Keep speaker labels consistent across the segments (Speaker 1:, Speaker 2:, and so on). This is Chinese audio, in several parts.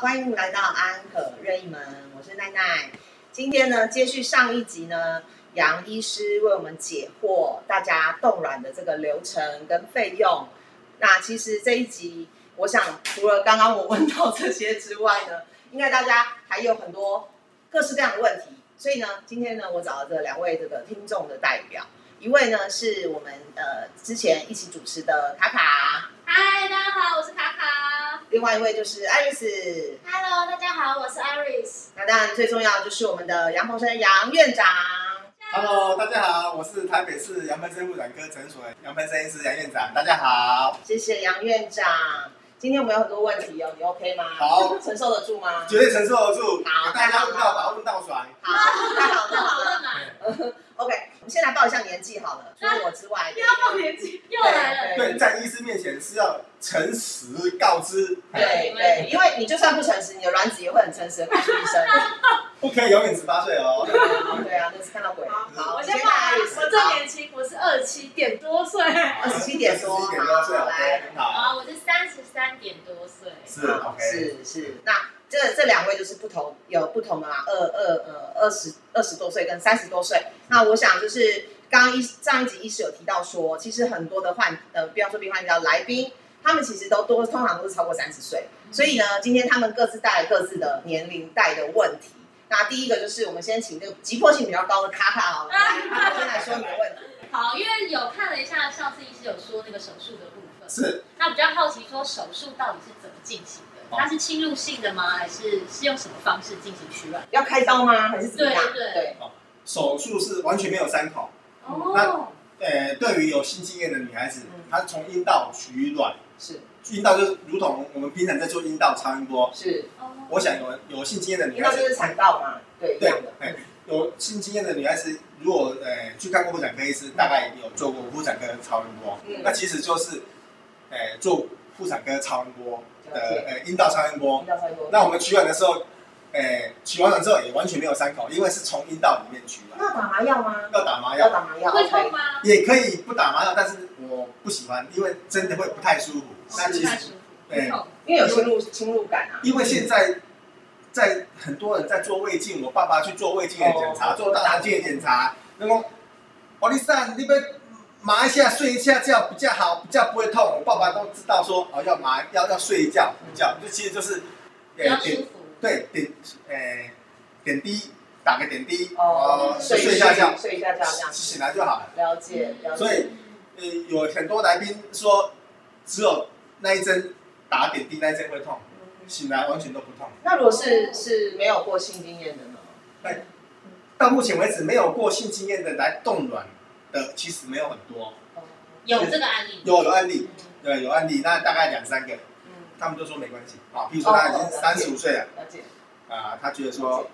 Speaker 1: 欢迎来到安可任意门，我是奈奈。今天呢，接续上一集呢，杨医师为我们解惑大家冻卵的这个流程跟费用。那其实这一集，我想除了刚刚我问到这些之外呢，应该大家还有很多各式各样的问题。所以呢，今天呢，我找了这两位这个听众的代表，一位呢是我们呃之前一起主持的卡卡，
Speaker 2: 嗨，大家好，我是卡卡。
Speaker 1: 另外一位就是爱丽丝。
Speaker 2: Hello，大家好，我是 Iris。
Speaker 1: 那当然最重要就是我们的杨鹏生杨院长。
Speaker 3: Hello，大家好，我是台北市杨门生妇产科诊所杨门生医师杨院长，大家好，
Speaker 1: 谢谢杨院长。今天我们有很多问题哦，你 OK 吗？
Speaker 3: 好
Speaker 1: 承受得住吗？
Speaker 3: 绝对承受得住，
Speaker 1: 好
Speaker 3: 有大家问到把问到爽，
Speaker 1: 好，太好
Speaker 2: 好
Speaker 1: 了，好
Speaker 2: 好
Speaker 1: 了。
Speaker 2: 问嘛，
Speaker 1: OK，我们先来报一下年纪好了，除了我之外，
Speaker 2: 年纪，又来了。
Speaker 3: 对，在医师面前是要诚实告知，
Speaker 1: 对对，因为你就算不诚实，你的卵子也会很诚实的告诉医生。
Speaker 3: 不可以永远十八岁哦。
Speaker 1: 对啊，那是看到鬼。好，
Speaker 2: 我
Speaker 1: 先
Speaker 2: 先
Speaker 1: 看
Speaker 2: 报啊，
Speaker 1: 阿里
Speaker 2: 我这年轻，我是二七点多岁。
Speaker 1: 二十七点多，
Speaker 3: 十点多岁，
Speaker 1: 好来，
Speaker 3: 对，很好，
Speaker 2: 啊，我是三十三点多岁。
Speaker 3: 是 OK，
Speaker 1: 是是，那这这两位就是不同，有不同的嘛，二二呃二十二十多岁跟三十多岁。那我想就是刚刚医上一集医师有提到说，其实很多的患呃，不要说病患叫来宾，他们其实都多通常都是超过三十岁，
Speaker 3: 嗯
Speaker 1: 所以呢，今天他们各自带来各自的年龄带的问题。那第一个就是我们先请这个急迫性比较高的卡卡好了，来，卡卡先来说你的问题。
Speaker 2: 好，因为有看了一下，上次医师有说那个手术的部分，
Speaker 3: 是
Speaker 2: 那比较好奇说手术到底是怎么进行的？
Speaker 3: 哦
Speaker 2: 它是侵入性的吗？还是是用什么方式进行取卵？
Speaker 1: 要开刀吗？还是怎么样？
Speaker 2: 对对
Speaker 3: 手术是完全没有伤口，
Speaker 2: 哦，
Speaker 3: 呃，对于有性经验的女孩子
Speaker 1: 嗯，
Speaker 3: 她从阴道取卵，
Speaker 1: 是
Speaker 3: 阴道就是如同我们平常在做阴道超音波，
Speaker 1: 是，
Speaker 3: 我想有有性经验的
Speaker 1: 因
Speaker 3: 女
Speaker 1: 为
Speaker 3: 孩
Speaker 1: 就
Speaker 3: 子
Speaker 1: 是产道嘛，对，一
Speaker 3: 对
Speaker 1: 样的，
Speaker 3: 哎有性经验的女孩子，如果呃去看过妇产科医师，大概有做过妇产科超音波，
Speaker 1: 嗯
Speaker 3: 那其实就是，呃做妇产科超音波的
Speaker 1: 了解
Speaker 3: 呃阴道超音波。
Speaker 1: 阴道超音波
Speaker 3: 那我们取卵的时候，呃取完卵之后也完全没有伤口，因为是从阴道里面取
Speaker 1: 那
Speaker 3: 卵，
Speaker 1: 打麻药吗？
Speaker 3: 要打麻
Speaker 1: 要
Speaker 3: 药，
Speaker 1: 打麻药
Speaker 2: 会
Speaker 1: ，OK，
Speaker 2: 痛吗？
Speaker 3: 也可以不打麻药，但是我不喜欢，因为真的会不太舒服。
Speaker 1: 哦
Speaker 3: 那
Speaker 2: 不
Speaker 3: 其
Speaker 2: 太
Speaker 3: 实呃
Speaker 2: 舒服，
Speaker 3: 对
Speaker 2: 痛。
Speaker 1: 因为有侵入侵入感啊。
Speaker 3: 因为现在。在很多人在做胃镜，我爸爸去做胃镜的检查，
Speaker 1: 哦
Speaker 3: 做大肠镜的检查，那么我你上你要麻一下睡一下觉比较好，比较不会痛。我爸爸都知道说哦要麻要要睡一觉比较，就其实就是，
Speaker 2: 比较舒
Speaker 3: 点
Speaker 2: 服。
Speaker 3: 对点呃点滴打个点滴
Speaker 1: 哦
Speaker 3: 哦，
Speaker 1: 睡
Speaker 3: 睡一下觉，
Speaker 1: 睡一下觉这样子。
Speaker 3: 醒来就好了。
Speaker 1: 了解，了解。
Speaker 3: 所以呃有很多来宾说只有那一针打点滴那一针会痛，
Speaker 1: 嗯
Speaker 3: 醒来完全都不痛。
Speaker 1: 那如果是是没有过性经验的呢？
Speaker 3: 到目前为止没有过性经验的来冻卵的，其实没有很多，
Speaker 1: 哦
Speaker 2: 有这个案例，
Speaker 3: 有有案例，
Speaker 1: 嗯
Speaker 3: 对，有案例，那大概两三个，
Speaker 1: 嗯，
Speaker 3: 他们都说没关系啊。比如说他已经
Speaker 1: 哦
Speaker 3: 三十五岁了
Speaker 1: 了解。
Speaker 3: 啊，他觉得说，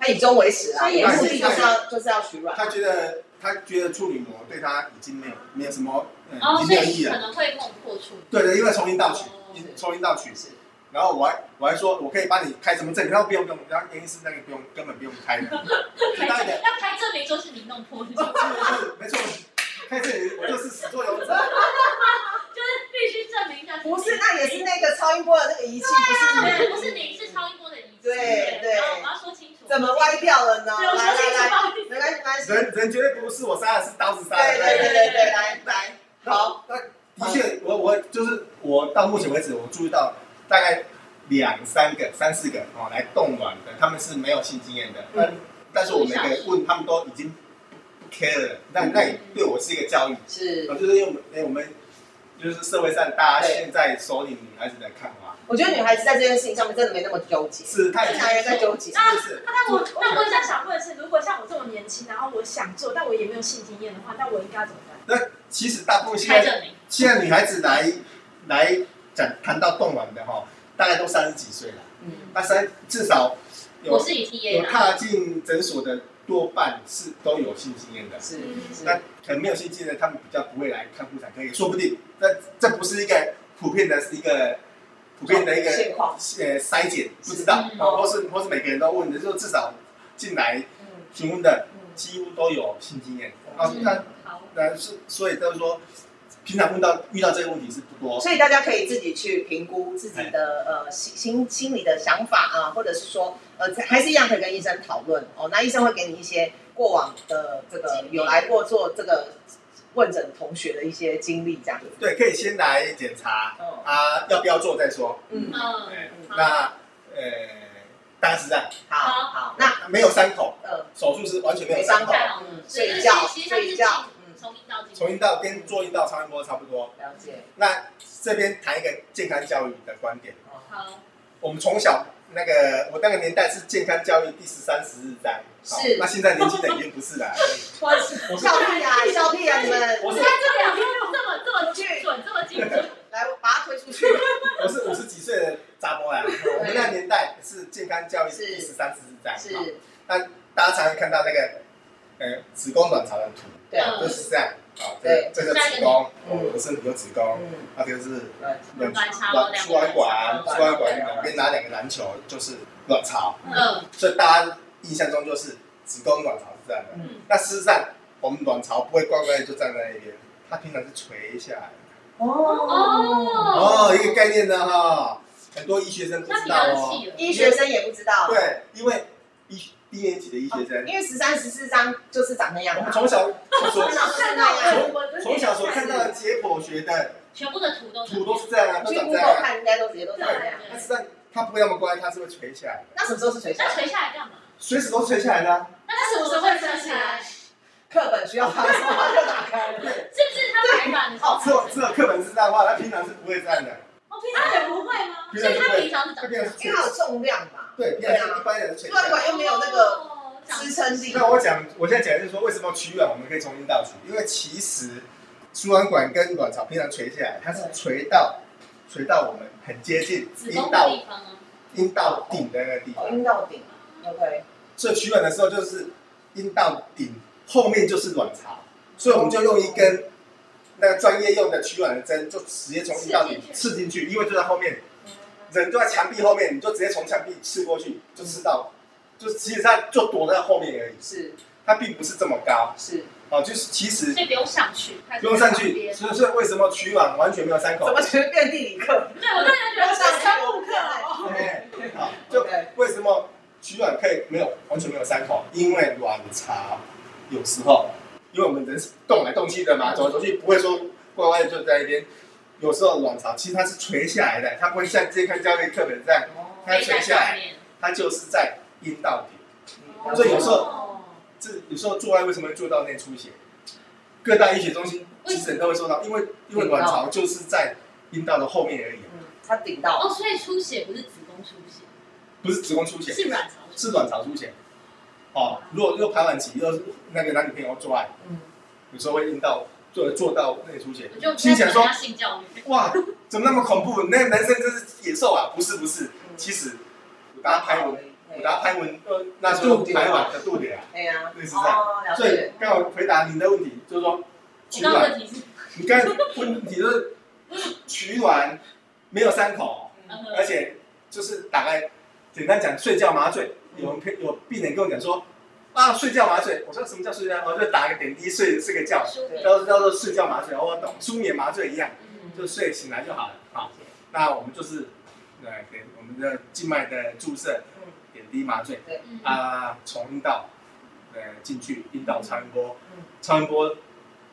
Speaker 1: 他以终为始啊，
Speaker 2: 所以也
Speaker 1: 目
Speaker 3: 是
Speaker 1: 的就是要就是要取
Speaker 2: 哦
Speaker 1: 卵。
Speaker 3: 他觉得他觉得处女膜对他已经没有没有什么，嗯，
Speaker 2: 哦，所
Speaker 3: 已经没有意
Speaker 2: 以
Speaker 3: 义
Speaker 2: 可
Speaker 3: 了。
Speaker 2: 能会碰破处。
Speaker 3: 对对，因为从阴道取
Speaker 2: 哦，
Speaker 3: 从阴道取，
Speaker 1: 是
Speaker 3: 然后我还我还说我可以帮你开什么证，他说不用不用，然后原因是那个不用根本不用 开的，
Speaker 2: 开证要开证明说是你弄破的，就是
Speaker 3: 没错，开这里我就是始作俑者。
Speaker 2: 必须证明一下。
Speaker 1: 不是？那也是那个超音波的那个仪器，不是
Speaker 2: 对，
Speaker 1: 你
Speaker 2: 不是你是超音波的仪器。
Speaker 1: 对对
Speaker 2: 然后我们要说清楚。
Speaker 1: 怎么歪掉了呢？
Speaker 2: 对，
Speaker 1: 来
Speaker 2: 我说
Speaker 1: 来来，
Speaker 2: 清楚。
Speaker 1: 没关系没关系。对
Speaker 3: 人人绝对不是我杀的，是刀子杀的。
Speaker 1: 对对对对，来来，好，
Speaker 3: 那的确，我我就是我到目前为止，我注意到大概两三个、三四个哦来冻卵的，他们是没有性经验的。那
Speaker 1: 嗯，
Speaker 3: 但是我每个问他们都已经不 care 了，那
Speaker 1: 嗯
Speaker 3: 那也对我是一个教育，
Speaker 1: 是。
Speaker 3: 哦就是因为我们哎我们就是社会上大
Speaker 1: 嗯
Speaker 3: 家
Speaker 1: 对
Speaker 3: 现在首领女孩子的看法
Speaker 1: 我觉得女孩子在这件事情上面真的没那么纠结，
Speaker 3: 是太
Speaker 1: 正常人在纠结。
Speaker 3: 是是
Speaker 4: 那我那我想想问的是，如果像我这么年轻，然后我想做，但我也没有性经验的话，那我应该怎么办？
Speaker 3: 其实大部分现
Speaker 2: 开
Speaker 3: 在
Speaker 2: 证明。
Speaker 3: 现在女孩子来来讲谈到冻卵的哈，大概都三十几岁了。
Speaker 1: 嗯，
Speaker 3: 那啊三至少
Speaker 2: 我
Speaker 3: 有
Speaker 2: 是啊以
Speaker 3: 有
Speaker 2: TA 啦，
Speaker 3: 踏进诊所的多半是都有性经验的。
Speaker 1: 是是。
Speaker 3: 那可能没有性经验的，他们比较不会来看妇产科，也说不定。那这不是一个普遍的，是一个普遍的一个
Speaker 1: 现
Speaker 2: 哦
Speaker 1: 况。
Speaker 3: 呃筛检，不知道
Speaker 2: 嗯，
Speaker 3: 哦或是或是每个人都问的，就至少进来
Speaker 1: 嗯
Speaker 3: 询问的
Speaker 1: 嗯
Speaker 3: 几乎都有性经验。啊，
Speaker 2: 嗯
Speaker 3: 那
Speaker 2: 好，
Speaker 3: 那是所以就是说，平常遇到遇到这个问题是不多。
Speaker 1: 嗯所以大家可以自己去评估自己的呃心心心理的想法啊，或者是说呃还是一样可以跟医生讨论哦。那医生会给你一些过往的这个有来过做这个问诊同学的一些经历，这样子。
Speaker 3: 对，可以先来检查
Speaker 1: 哦，
Speaker 3: 啊，要不要做再说。
Speaker 1: 嗯，
Speaker 2: 嗯，
Speaker 3: 哎
Speaker 1: 嗯
Speaker 3: 那呃，大致这样，
Speaker 1: 好
Speaker 2: 好
Speaker 1: 好，那
Speaker 3: 没有伤口，
Speaker 1: 呃
Speaker 3: 手术是完全没有
Speaker 1: 没
Speaker 3: 伤
Speaker 1: 伤口，
Speaker 3: 口
Speaker 2: 太好了
Speaker 1: 嗯，
Speaker 2: 所
Speaker 1: 睡
Speaker 2: 以就是
Speaker 1: 觉
Speaker 2: 其实它是
Speaker 1: 睡觉，嗯，
Speaker 2: 从阴道进
Speaker 3: 从
Speaker 2: 去，
Speaker 3: 阴道跟做阴道超音波差不多。
Speaker 1: 了解。
Speaker 3: 那这边谈一个健康教育的观点，
Speaker 1: 哦
Speaker 2: 好，
Speaker 3: 我们从小。那个我那个年代是健康教育第十三十日章，好
Speaker 1: 是
Speaker 3: 那现在年轻人已经不是了，
Speaker 4: 我是
Speaker 5: 我是
Speaker 1: 笑屁啊，笑屁啊！你们
Speaker 5: 我
Speaker 2: 它
Speaker 5: 是
Speaker 2: 这两天这么这么精准，这么精准，
Speaker 1: 来，我把它推出去。
Speaker 3: 我是五十几岁的杂波啊，我们那年代是健康教育是第十三、十四章，好
Speaker 1: 是，
Speaker 3: 大家常常看到那个呃子宫卵巢的图，
Speaker 1: 对，
Speaker 2: 嗯
Speaker 3: 就是这样，好，
Speaker 1: 对
Speaker 3: 这这个子宫，
Speaker 1: 嗯
Speaker 3: 我是有子宫，
Speaker 1: 嗯，
Speaker 3: 啊，这个是
Speaker 1: 对，
Speaker 3: 卵
Speaker 2: 卵巢
Speaker 3: 卵
Speaker 2: 哦两
Speaker 3: 输
Speaker 2: 个
Speaker 3: 卵管，
Speaker 2: 卵巢
Speaker 3: 输卵管两边拿两个篮球就是卵巢，
Speaker 2: 嗯
Speaker 3: 所以大家印象中就是子宫卵巢是这样的，
Speaker 2: 嗯，
Speaker 3: 那事实上我们卵巢不会乖乖地就站在那边，它平常是垂下来的，
Speaker 1: 哦，
Speaker 2: 哦
Speaker 3: 哦，一个概念呢哈，很多医学生不
Speaker 2: 那
Speaker 3: 知
Speaker 2: 比
Speaker 3: 道
Speaker 2: 较
Speaker 3: 哦。
Speaker 2: 细了，
Speaker 1: 医学生也不知道，
Speaker 3: 对，因为一一年级的医学
Speaker 2: 哦
Speaker 3: 生，
Speaker 1: 因为十三、十四章就是长那样
Speaker 3: 我们
Speaker 1: 嘛。
Speaker 3: 从小所
Speaker 1: 真的是
Speaker 4: 看
Speaker 1: 那
Speaker 4: 到
Speaker 1: 样。
Speaker 4: 我的
Speaker 3: 从小所看到的解剖学的
Speaker 2: 全部的图都
Speaker 3: 图都是这样啊，都
Speaker 1: 去
Speaker 3: 长这
Speaker 1: Google
Speaker 3: 样啊。
Speaker 1: 看，应该都直接都长那样。
Speaker 3: 但是它它不会那么乖，它是会垂下来的，
Speaker 1: 那什么时候是垂下
Speaker 2: 那
Speaker 1: 来？
Speaker 2: 垂下来干嘛？
Speaker 3: 随时都垂下来的啊。
Speaker 2: 那
Speaker 4: 那什么时候会生起来？
Speaker 1: 课本需要放松，就打开了。
Speaker 2: 是不是它排卵的时候才
Speaker 3: 只有
Speaker 2: 会生？
Speaker 3: 只有课哦本是这样画，它平常是不会这样的。
Speaker 4: 我
Speaker 2: 哦
Speaker 4: 平常也不会吗？
Speaker 3: 平
Speaker 2: 所
Speaker 3: 常
Speaker 2: 以它平
Speaker 3: 是不会，
Speaker 2: 常是
Speaker 3: 它
Speaker 2: 长这
Speaker 3: 平常
Speaker 2: 样
Speaker 3: 是
Speaker 1: 因为它有重量嘛，啊
Speaker 3: 对，平常是一般人垂
Speaker 1: 输
Speaker 3: 下
Speaker 1: 卵
Speaker 3: 来。
Speaker 1: 管又没有那个
Speaker 2: 哦长
Speaker 1: 支撑力。
Speaker 3: 那我讲，我现在讲的是说，为什么取卵我们可以从阴道取？因为其实输卵管跟卵巢平常垂下来，它是垂到垂到我们很接近
Speaker 2: 子
Speaker 3: 阴
Speaker 2: 宫的
Speaker 3: 道
Speaker 2: 地方啊，
Speaker 3: 阴道顶的那个地
Speaker 1: 哦，
Speaker 3: 方。
Speaker 1: 阴道顶，OK，
Speaker 3: 所以取卵的时候就是阴道顶后面就是卵巢，所以我们就用一根那个专业用的取卵的针，就直接从阴道顶刺进去，因为就在后面，人就在墙壁后面，你就直接从墙壁刺过去，就刺到，就其实它就躲在后面而已，
Speaker 1: 是
Speaker 3: 它并不是这么高
Speaker 1: 是，
Speaker 3: 哦，就是其实
Speaker 2: 所以不用上去，它
Speaker 3: 不用上
Speaker 2: 在旁
Speaker 3: 去，
Speaker 2: 边
Speaker 3: 所以所以为什么取卵完全没有伤
Speaker 1: 怎
Speaker 3: 口
Speaker 1: 么？觉得变地理课？
Speaker 2: 对，我突然觉得
Speaker 4: 上
Speaker 2: 上
Speaker 4: 生物课哦，
Speaker 3: 哎，好，就
Speaker 1: OK，
Speaker 3: 为什么取卵可以没有完全没有伤口？因为卵巢有时候，因为我们人是动来动去的嘛，走来走去，不会说乖乖的就在那边。有时候卵巢其实它是垂下来的，它不会像健康教育课本这样，它
Speaker 2: 飞
Speaker 3: 垂
Speaker 2: 在
Speaker 3: 下
Speaker 2: 上
Speaker 3: 来，
Speaker 2: 面，
Speaker 3: 它就是在阴道底。
Speaker 1: 哦
Speaker 3: 所以有时候
Speaker 2: 哦
Speaker 3: 这有时候做爱为什么会做到内出血？各大医学中心急诊都会说到，因为因为卵巢就是在阴道的后面而已，
Speaker 1: 嗯，它顶到，
Speaker 2: 哦，所以出血不是子宫出血，
Speaker 3: 不是子宫出血，
Speaker 2: 是卵巢出血。
Speaker 3: 是卵巢出血。哦，如果又排卵期，又那个男女朋友做爱，
Speaker 1: 嗯，
Speaker 3: 有时候会阴道做做到内出血
Speaker 2: 我，就
Speaker 3: 听起来说
Speaker 2: 在讲性教育，
Speaker 3: 哇，怎么那么恐怖？那男生真是野兽啊！不是不是，
Speaker 1: 嗯
Speaker 3: 其实我大家拍文，我大家拍文，呃，那时
Speaker 1: 肚
Speaker 3: 候
Speaker 1: 子
Speaker 3: 排卵的度点啊，
Speaker 1: 对呀，
Speaker 3: 类似这样。
Speaker 1: 哦，了
Speaker 3: 所以
Speaker 1: 解，
Speaker 3: 刚好回答您的问题，就是说
Speaker 2: 我
Speaker 3: 取
Speaker 2: 刚刚
Speaker 3: 卵，
Speaker 2: 问题是，
Speaker 3: 你刚才问题就是取卵没有伤口，
Speaker 2: 嗯
Speaker 3: 而且就是大概简单讲，睡觉麻醉。有人陪有病人跟我讲说，啊，睡觉麻醉。我说什么叫睡觉？我就打个点滴睡睡个觉，
Speaker 2: 舒服，
Speaker 3: 叫做叫做睡觉麻醉。我懂，舒眠麻醉一样，
Speaker 2: 嗯
Speaker 3: 就睡醒来就好了。好，那我们就是，呃，给我们的静脉的注射
Speaker 1: 嗯，
Speaker 3: 点滴麻醉
Speaker 2: 嗯
Speaker 3: 啊，从阴道呃进去，阴道超音波
Speaker 1: 嗯，
Speaker 3: 超音波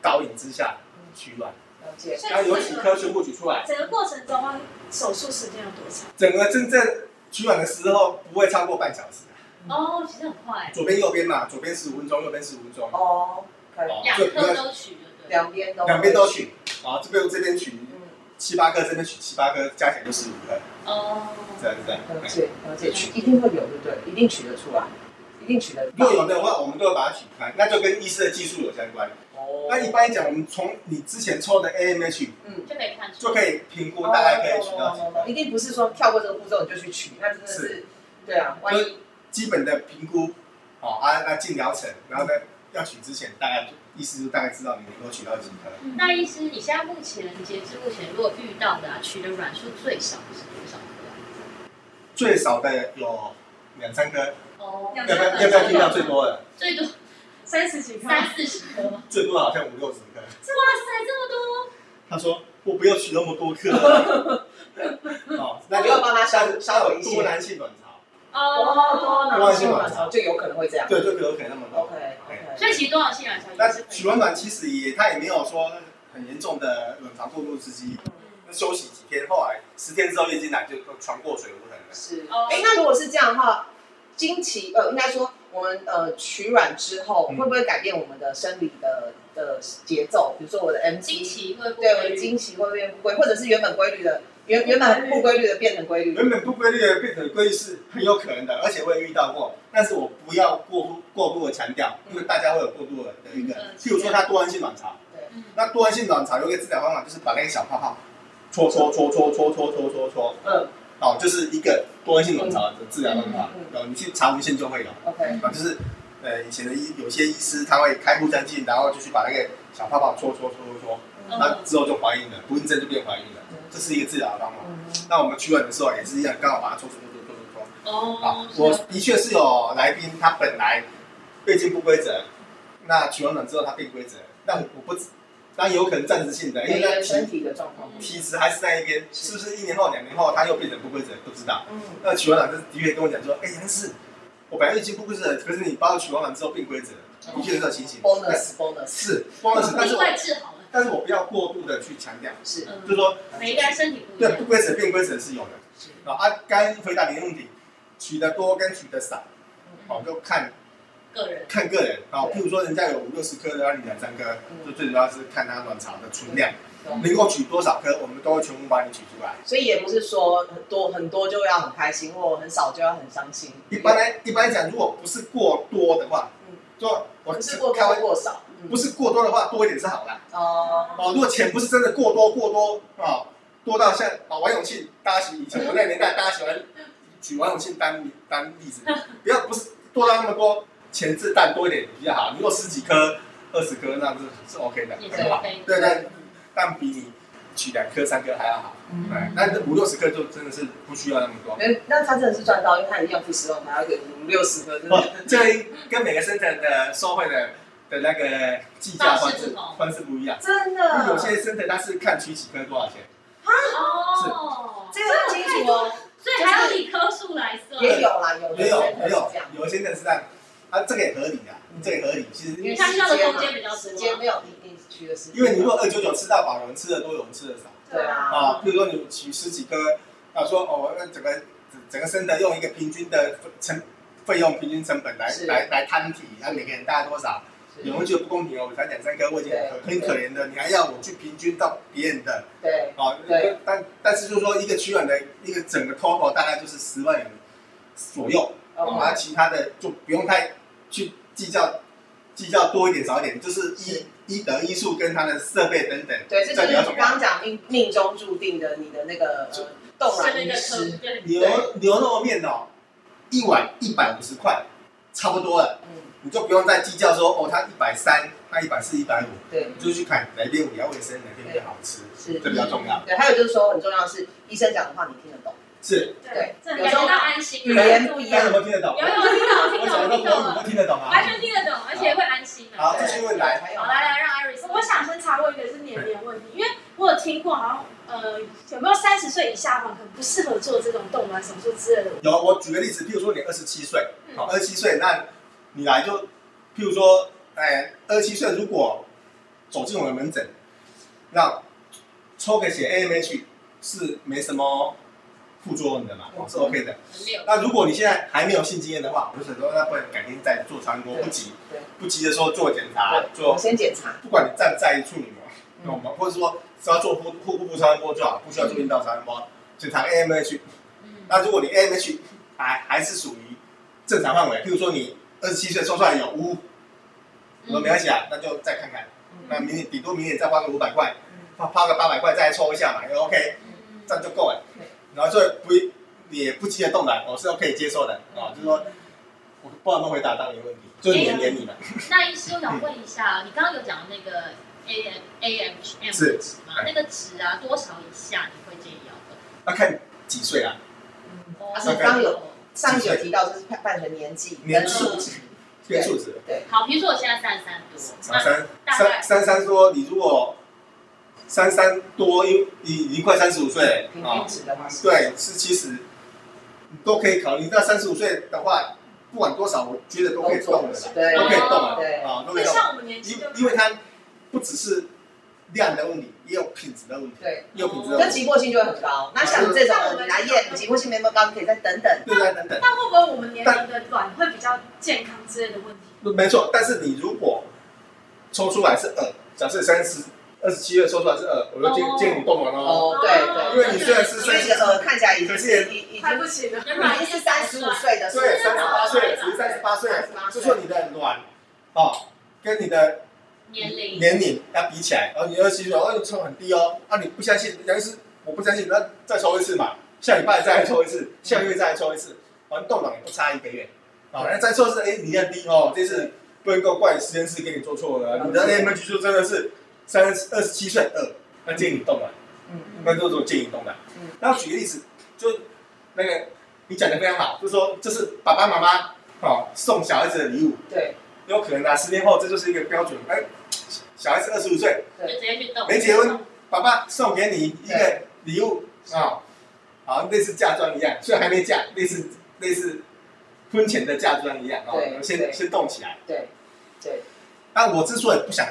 Speaker 3: 导引之下
Speaker 1: 嗯
Speaker 3: 取卵，
Speaker 1: 了解，
Speaker 4: 所以
Speaker 3: 然后有几颗全部取出来。
Speaker 4: 整个过程中手术时间有多长？
Speaker 3: 整个真正取卵的时候不会超过半小时，
Speaker 2: 哦，其实很快，
Speaker 3: 左边右边嘛，左边十五分钟，右边十五分钟，
Speaker 1: 哦，
Speaker 3: 哦，
Speaker 1: 可以，
Speaker 2: 两
Speaker 3: 就不
Speaker 2: 颗
Speaker 3: 要
Speaker 2: 都取了，对，
Speaker 1: 两边都，
Speaker 3: 两边都，取，啊，这边这边取
Speaker 1: 嗯，
Speaker 3: 七八颗，这边取七八颗，加起来就十五颗，
Speaker 2: 哦，
Speaker 3: 这样这样。哎
Speaker 1: 了解了解，取一定会有，对不对？一定取得出来，一定取得
Speaker 3: 如
Speaker 1: 到
Speaker 3: 果。有的话，我们都会把它取开，那就跟医师的技术有相关。
Speaker 1: 哦
Speaker 3: 那一般来讲，我们从你之前抽的 AMH
Speaker 1: 嗯，
Speaker 2: 就可以看出，
Speaker 3: 就可以评估大概可以取到几
Speaker 1: 哦
Speaker 3: 颗，
Speaker 1: 一定不是说跳过这个步骤你就去取，那真的是，对啊，万一
Speaker 3: 基本的评估，哦啊啊进疗程，然后呢要取之前，大概就医师就大概知道你能够取到几颗。
Speaker 2: 嗯那医师，你现在目前截至目前，如果遇到的啊取的卵数最少是多少颗
Speaker 3: 最少的有两三颗，
Speaker 2: 啊？哦，
Speaker 3: 要不要要不要听到最多的？
Speaker 2: 最多
Speaker 4: 三十几颗？
Speaker 2: 三四十颗吗？
Speaker 3: 最多好像五六十颗，
Speaker 2: 哇塞，这么多！
Speaker 3: 他说我不要取那么多克啊。 哦，那
Speaker 1: 那
Speaker 3: 就
Speaker 1: 就帮他稍稍微一些
Speaker 3: 多囊性卵巢，
Speaker 4: 哦
Speaker 1: 哦多
Speaker 3: 多囊
Speaker 1: 囊
Speaker 3: 性
Speaker 1: 性
Speaker 3: 卵
Speaker 1: 卵巢就有可能会这样。
Speaker 3: 对，就有可能那么多。
Speaker 1: ，OK OK。
Speaker 2: 所以其实多少性卵巢
Speaker 3: 那
Speaker 2: 也是
Speaker 3: 取完卵其实也，他也没有说很严重的卵巢过度刺激，那休息几天，后来十天之后月经来就穿过水无痕了。
Speaker 1: 是，
Speaker 2: 哦
Speaker 1: 哎、那如果是这样的话，经期呃，应该说我们呃取卵之后，
Speaker 3: 嗯
Speaker 1: 会不会改变我们的生理的的节奏？比如说我的 M
Speaker 2: 经
Speaker 1: 期，
Speaker 2: 期会不
Speaker 1: 对我
Speaker 2: 会
Speaker 1: 的经期会不会不规，或者是原本规律的，原原本不规律的变成规律？
Speaker 3: 原本不规律的变成规律是很有可能的，而且我也遇到过。但是我不要过度过度的强调，因为大家会有过度的一个
Speaker 2: 嗯，
Speaker 3: 譬如说他多囊性卵巢，
Speaker 2: 嗯
Speaker 3: 那多囊性卵巢有一个治疗方法，就是把那个小泡泡搓搓搓搓搓搓搓搓搓，
Speaker 1: 嗯
Speaker 3: 哦，就是一个多囊性卵巢的治疗方法
Speaker 1: 嗯嗯，
Speaker 3: 然后你去查文献就会有。
Speaker 1: ，OK，
Speaker 3: 啊，就是呃以前的医有些医师他会开护针剂，然后就去把那个小泡泡搓搓搓搓搓，
Speaker 2: 嗯
Speaker 3: 那之后就怀孕了，不孕症就变怀孕了，这是一个治疗的方法。
Speaker 1: 嗯，
Speaker 3: 那我们取卵的时候也是一样，刚好把它搓搓搓搓搓搓。好
Speaker 2: 哦，，
Speaker 3: 我
Speaker 2: 是
Speaker 3: 的确是有来宾，他本来月经不规则，那取完卵之后他变规则，那我不知，那有可能暂时性的，
Speaker 1: 每
Speaker 3: 因为
Speaker 1: 个
Speaker 3: 那
Speaker 1: 人身
Speaker 3: 体
Speaker 1: 体的状况不一样，
Speaker 3: 体质还是在那边，是不是一年后两年后他又变成不规则，不知道。
Speaker 1: 嗯，
Speaker 3: 那取完卵就是的确跟我讲说，哎、杨氏，我本来月经不规则，可是你帮我取完卵之后变规则，
Speaker 1: 嗯
Speaker 3: 的确是这种情形。但是
Speaker 1: bonus bonus
Speaker 3: 是 bonus，但是
Speaker 2: 意
Speaker 3: 我
Speaker 2: 外治好了，
Speaker 3: 但是我不要过度的去强调，
Speaker 1: 是
Speaker 2: 嗯
Speaker 3: 就是说，
Speaker 2: 每个人身体不一
Speaker 3: 对
Speaker 2: 样
Speaker 3: 不，规则变规则是有的。
Speaker 1: 是，
Speaker 3: 啊，啊，该回答你的问题，取得多跟取得少，哦
Speaker 2: 嗯，
Speaker 3: 就看
Speaker 2: 个人
Speaker 3: 看个人啊。
Speaker 1: 对
Speaker 3: 譬如说人家有五六十颗的，那你两三颗，就最主要是看他卵巢的存量
Speaker 1: 懂，
Speaker 3: 能够取多少颗，我们都会全部帮你取出来。
Speaker 1: 所以也不是说很多很多就要很开心，或很少就要很伤心。
Speaker 3: 一般来一般来讲，如果不是过多的话
Speaker 1: 嗯，
Speaker 3: 就我
Speaker 1: 不是过
Speaker 3: 开
Speaker 1: 高
Speaker 3: 玩
Speaker 1: 过少，嗯
Speaker 3: 不是过多的话，多一点是好啦。
Speaker 1: 哦，
Speaker 3: 哦，如果钱不是真的过多过多啊、多到像啊王永庆，大家喜以前我那个年代，大家喜欢举王永庆当例当例子，不要不是多到那么多，钱是蛋多一点比较好。如果十几颗、二十颗，那是是 OK 的，
Speaker 2: 也是
Speaker 3: 很好。
Speaker 2: OK
Speaker 3: 对对，但比你取两颗、三颗还要好。
Speaker 1: 嗯
Speaker 3: 对，那这五六十颗就真的是不需要那么多。
Speaker 1: 那嗯那他真的是赚到，因为他已经要付十万，还要给五六十个，真的
Speaker 3: 哦，这跟每个生产的收费的的那个计价方
Speaker 2: 方式
Speaker 3: 式
Speaker 2: 不同
Speaker 3: 方式不一样。
Speaker 1: 真
Speaker 3: 因为
Speaker 1: 的
Speaker 3: 有些生产它是看取几颗多少钱，
Speaker 1: 这个很
Speaker 2: 哦，
Speaker 1: 清楚哦，
Speaker 2: 所以还要以棵树来算，
Speaker 1: 也有啦，有的
Speaker 3: 也有
Speaker 1: 真的
Speaker 3: 也
Speaker 1: 是
Speaker 3: 有
Speaker 1: 这样，
Speaker 3: 有些人是这样，啊，这个也合理啊，这个也合理。其实
Speaker 2: 因为它需要的空间比较多啊
Speaker 1: 时间没有你你取的时间，
Speaker 3: 因为你如果二九九吃到饱，有人吃的多，有人吃的少
Speaker 1: 对啊，
Speaker 3: 啊。比如说你取十几颗，啊，说哦，那整个整个生的用一个平均的成费用、平均成本来
Speaker 1: 是
Speaker 3: 来来摊提，啊，每个人大概多少？有人觉得不公平哦，我才两三颗，我已经很
Speaker 1: 对
Speaker 3: 很可怜的，你还要我去平均到别人的
Speaker 1: 对，
Speaker 3: 啊？
Speaker 1: 对，
Speaker 3: 但但是就是说一个取卵的一个整个 total 大概就是十万元左右。
Speaker 1: 哦
Speaker 3: 然后其他的就不用太去计较，计较多一点少一点，就是
Speaker 1: 是
Speaker 3: 医医德医术跟他的设备等等，
Speaker 1: 对，这就
Speaker 3: 这
Speaker 1: 是
Speaker 3: 比较重
Speaker 1: 刚
Speaker 3: 要。
Speaker 1: 刚讲命命中注定的你的那个
Speaker 3: 就
Speaker 1: 呃动
Speaker 2: 生
Speaker 1: 卵
Speaker 2: 一
Speaker 1: 医
Speaker 2: 个
Speaker 1: 师
Speaker 2: 棵，，对，
Speaker 3: 牛牛肉面哦，一碗一百五十块，差不多了，
Speaker 1: 嗯，
Speaker 3: 你就不用再计较说哦，他一百三，他一百四，一百五，
Speaker 1: 对，
Speaker 3: 你就去看哪边比较卫生，哪边比较好吃，
Speaker 1: 是
Speaker 3: 这比较重要。
Speaker 1: 对，还有就是说很重要的是医生讲的话你听得懂，
Speaker 3: 是，
Speaker 1: 对
Speaker 4: 这
Speaker 2: 感
Speaker 4: 很
Speaker 2: 觉到
Speaker 4: 重要
Speaker 2: 安心
Speaker 1: 语
Speaker 2: 了，
Speaker 1: 言不一
Speaker 3: 大家
Speaker 1: 样
Speaker 3: 有没，有听得懂？
Speaker 2: 有有听懂听
Speaker 3: 我讲
Speaker 2: 懂听
Speaker 3: 的国语，你
Speaker 2: 懂
Speaker 3: 们，听得懂
Speaker 2: 完
Speaker 3: 啊？
Speaker 2: 全听得懂，而且会安心
Speaker 3: 好
Speaker 2: 啊。
Speaker 3: 继续问来
Speaker 1: 还有
Speaker 2: 好，来来，让 Iris，
Speaker 4: 我想先查问一个是年龄的问题，因为我有听过，好像呃有没有三十岁以下的话，可能不适合做这种冻卵手术之类的。
Speaker 3: 有，我举个例子，譬如说你二十七岁，
Speaker 4: 嗯
Speaker 3: 好，二十七岁，那你来就，譬如说，哎，二十七岁如果走进我的门诊，那抽个血 AMH 是没什么副作用的嘛，
Speaker 1: 嗯
Speaker 3: 是 OK 的。
Speaker 2: 很六，
Speaker 3: 那如果你现在还没有性经验的话，我就想说，那不然改天再做超音波，
Speaker 1: 对
Speaker 3: 不急
Speaker 1: 对，
Speaker 3: 不急的时候做检
Speaker 1: 对，
Speaker 3: 查
Speaker 1: 我
Speaker 3: 做
Speaker 1: 先检查，
Speaker 3: 不管你在不在意处女膜，
Speaker 1: 嗯
Speaker 3: 懂吗？或者说只要做腹腹部超音波就好，不需要做阴道超音
Speaker 1: 嗯
Speaker 3: 波，检查 AMH
Speaker 2: 嗯，
Speaker 3: 那如果你 AMH 还还是属于正常范围，譬如说你二十七岁抽出来有五，我
Speaker 2: 嗯
Speaker 3: 说没关系啊，那就再看看。那明年顶多明年再花个五百块，花花个八百块再抽一下嘛，也 OK，
Speaker 2: 嗯
Speaker 3: 这样就够了
Speaker 1: 对。
Speaker 3: 然后就不也不急着动了，我是可以接受的
Speaker 2: 嗯
Speaker 3: 啊、哦就是说我不知道能不能回答到你的问题，就是你的年龄了。
Speaker 2: 那医师，我想问一下，你刚刚有讲那个 A M A M M
Speaker 3: 是
Speaker 2: 值嘛？那个值啊，多少以下你会建议要动？
Speaker 3: 要看几岁啊？
Speaker 2: 哦
Speaker 1: 啊
Speaker 3: 是刚刚
Speaker 1: 有上一集有提到就是伴随年纪
Speaker 3: 年
Speaker 1: 跟
Speaker 2: 嗯
Speaker 3: 纪
Speaker 1: 数值，
Speaker 3: 变数值。啊
Speaker 2: 好，比如说我现在三十三多，
Speaker 3: 三
Speaker 2: 那大概
Speaker 3: 三三三说，你如果三三多，因已已经快三十五岁了
Speaker 1: 平
Speaker 2: 嗯
Speaker 3: 啊
Speaker 1: 均，值的话是
Speaker 3: 对，是七十，都可以考虑。那三十五岁的话，不管多少，我觉得都可以动的啦，
Speaker 1: 对
Speaker 3: 都可以动
Speaker 4: 哦
Speaker 3: 了
Speaker 1: 对
Speaker 3: 啊，都可以
Speaker 4: 就
Speaker 3: 动。
Speaker 4: 像我们年轻
Speaker 3: 因
Speaker 4: 就
Speaker 3: 因为它不只是量的问题，也有品质的问题，
Speaker 1: 对，
Speaker 3: 也有品质的
Speaker 1: 那
Speaker 3: 问
Speaker 1: 急
Speaker 3: 题，
Speaker 1: 迫性就会很高。那像这种你来验急迫性没那么高，你可以再等等。
Speaker 3: 对啊对等等。
Speaker 4: 那会不会我们年龄的卵会比较健康之类的问题？
Speaker 3: 没错，但是你如果抽出来是二，假设三十二十七岁抽出来是二，我就建
Speaker 4: 哦
Speaker 3: 建议你动完哦。
Speaker 1: 哦，对对，
Speaker 3: 因为你虽然是
Speaker 1: 因为
Speaker 3: 三
Speaker 1: 你
Speaker 3: 十，
Speaker 1: 的呃看起来已经
Speaker 3: 可是
Speaker 1: 已已已
Speaker 4: 还不
Speaker 1: 经
Speaker 4: 行了，
Speaker 1: 已经是三十五岁的，
Speaker 3: 对，
Speaker 1: 是不
Speaker 3: 三
Speaker 1: 是
Speaker 3: 十八岁，只是三十八岁，就说你的卵哦，跟你的
Speaker 2: 年龄
Speaker 3: 年龄要比起来，然后你二十七岁，哦，你抽很低哦，啊，你不相信，杨医师，我不相信，那再抽一次嘛，下礼拜再抽一次，下个月再抽一次，反正冻卵也不差一个月，啊，那再抽一次，哎，你要低哦，这次不能够怪实验室给你做错了，你的 AMH 就真的是三二十七岁二，那建议你冻卵。
Speaker 1: 嗯
Speaker 3: 那就是我建议动的。
Speaker 1: 嗯
Speaker 3: 然后举个例子，就那个你讲的非常好，就说这是爸爸妈妈哦送小孩子的礼物，
Speaker 1: 嗯对
Speaker 3: 有可能啊，十年后这就是一个标准。哎，小孩子二十五岁，
Speaker 2: 就直接去动。
Speaker 3: 没结婚，爸爸送给你一个礼物啊，好、类似嫁妆一样，虽然还没嫁，类似类似婚前的嫁妆一样啊、
Speaker 1: 对
Speaker 3: 哦，先
Speaker 1: 对
Speaker 3: 先动起来。
Speaker 1: 对对，
Speaker 3: 那我之所以不想，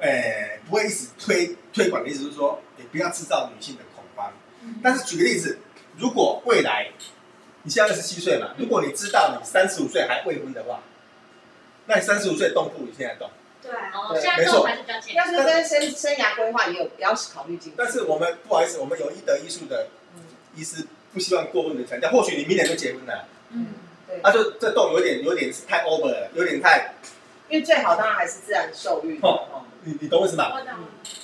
Speaker 3: 呃，不会一直推推广的意思是说，也不要制造女性的恐慌。但是举个例子，如果未来你现在二十七岁嘛，如果你知道你三十五岁还未婚的话，那你三十五岁动不如现在动。
Speaker 4: 对啊，
Speaker 2: 哦，
Speaker 1: 对
Speaker 2: 现在动还是比较健
Speaker 1: 应该说跟生生涯规划也有也要考虑进去。嗯
Speaker 3: 但是我们不好意思，我们有一德一术的医师不希望过分的强调，或许你明年就结婚了，
Speaker 2: 嗯，
Speaker 1: 对，
Speaker 3: 啊，就这动有点有点是太 over 了，有点太，
Speaker 1: 因为最好当然还是自然受孕。
Speaker 3: 哦
Speaker 1: 哦，
Speaker 3: 你你懂我意思吗？
Speaker 4: 我懂。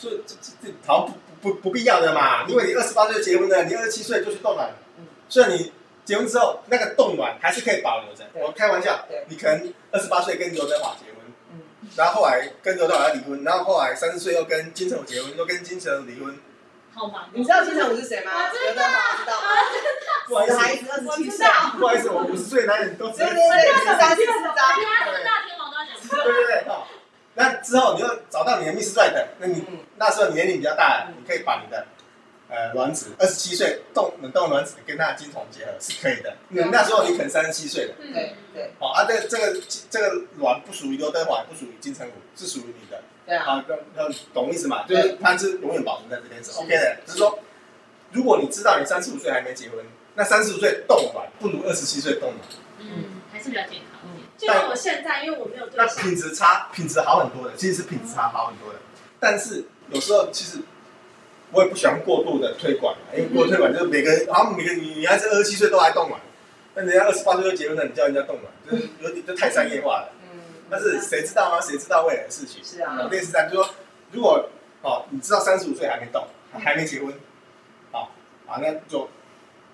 Speaker 3: 就这这这好像不不不不必要的嘛，因为你二十八岁结婚了，你二十七岁就去冻卵了
Speaker 1: 嗯，
Speaker 3: 虽然你结婚之后那个冻卵还是可以保留着。
Speaker 1: 对
Speaker 3: 我开玩笑
Speaker 1: 对，
Speaker 3: 你可能二十八岁跟刘德华结婚，
Speaker 1: 嗯，
Speaker 3: 然后后来跟刘德华离婚，然后后来三十岁又跟金城武结婚，又跟金城武离婚。
Speaker 2: 好忙。
Speaker 1: 你知道金城武是谁吗？
Speaker 4: 我
Speaker 1: 刘
Speaker 4: 知
Speaker 1: 德华知道吗？
Speaker 3: 不好意思
Speaker 1: 死，孩子二十七
Speaker 4: 我知
Speaker 1: 岁，
Speaker 4: 道
Speaker 3: 不好意思，我五十岁男人都知
Speaker 1: 对
Speaker 3: 道
Speaker 1: 对。对，十三十四张。
Speaker 2: 大大天王都要讲
Speaker 3: 对对对，好。那之后你又找到你的 Miss Right，那你
Speaker 1: 嗯
Speaker 3: 那时候你年龄比较大了
Speaker 1: 嗯，
Speaker 3: 你可以把你的呃卵子二十七岁冻冷冻卵子跟它的精虫结合是可以的。你
Speaker 1: 嗯
Speaker 3: 那时候你可能三十七岁了，
Speaker 4: 嗯
Speaker 1: 对对
Speaker 3: 哦啊，这个这个这个卵不属于刘德华，也不属于金城武，是属于你的。
Speaker 1: 对啊，
Speaker 3: 啊，那那懂意思嘛？就
Speaker 1: 对
Speaker 3: 是它是永远保存在这边是
Speaker 2: 是
Speaker 3: OK 的。只是说，如果你知道你三十五岁还没结婚，那三十五岁冻卵不如二十七岁冻卵，
Speaker 2: 嗯，还是比较健康一点。
Speaker 4: 就像我现在，因为我没有对
Speaker 3: 那
Speaker 4: 象，
Speaker 3: 品质差，品质好很多的，其实是品质差好很多的。但是有时候其实我也不喜欢过度的推广，啊因为过度推广就是每个人，好像每个女女孩子二十七岁都爱冻卵，那人家二十八岁就结婚了，你叫人家冻卵，就是有点就太商业化了。但
Speaker 1: 嗯，
Speaker 3: 是谁知道啊？谁知道未来的事情？
Speaker 1: 是啊
Speaker 3: 有类似这样，就是说如果哦，你知道三十五岁还没动，还没结婚，好、啊，那就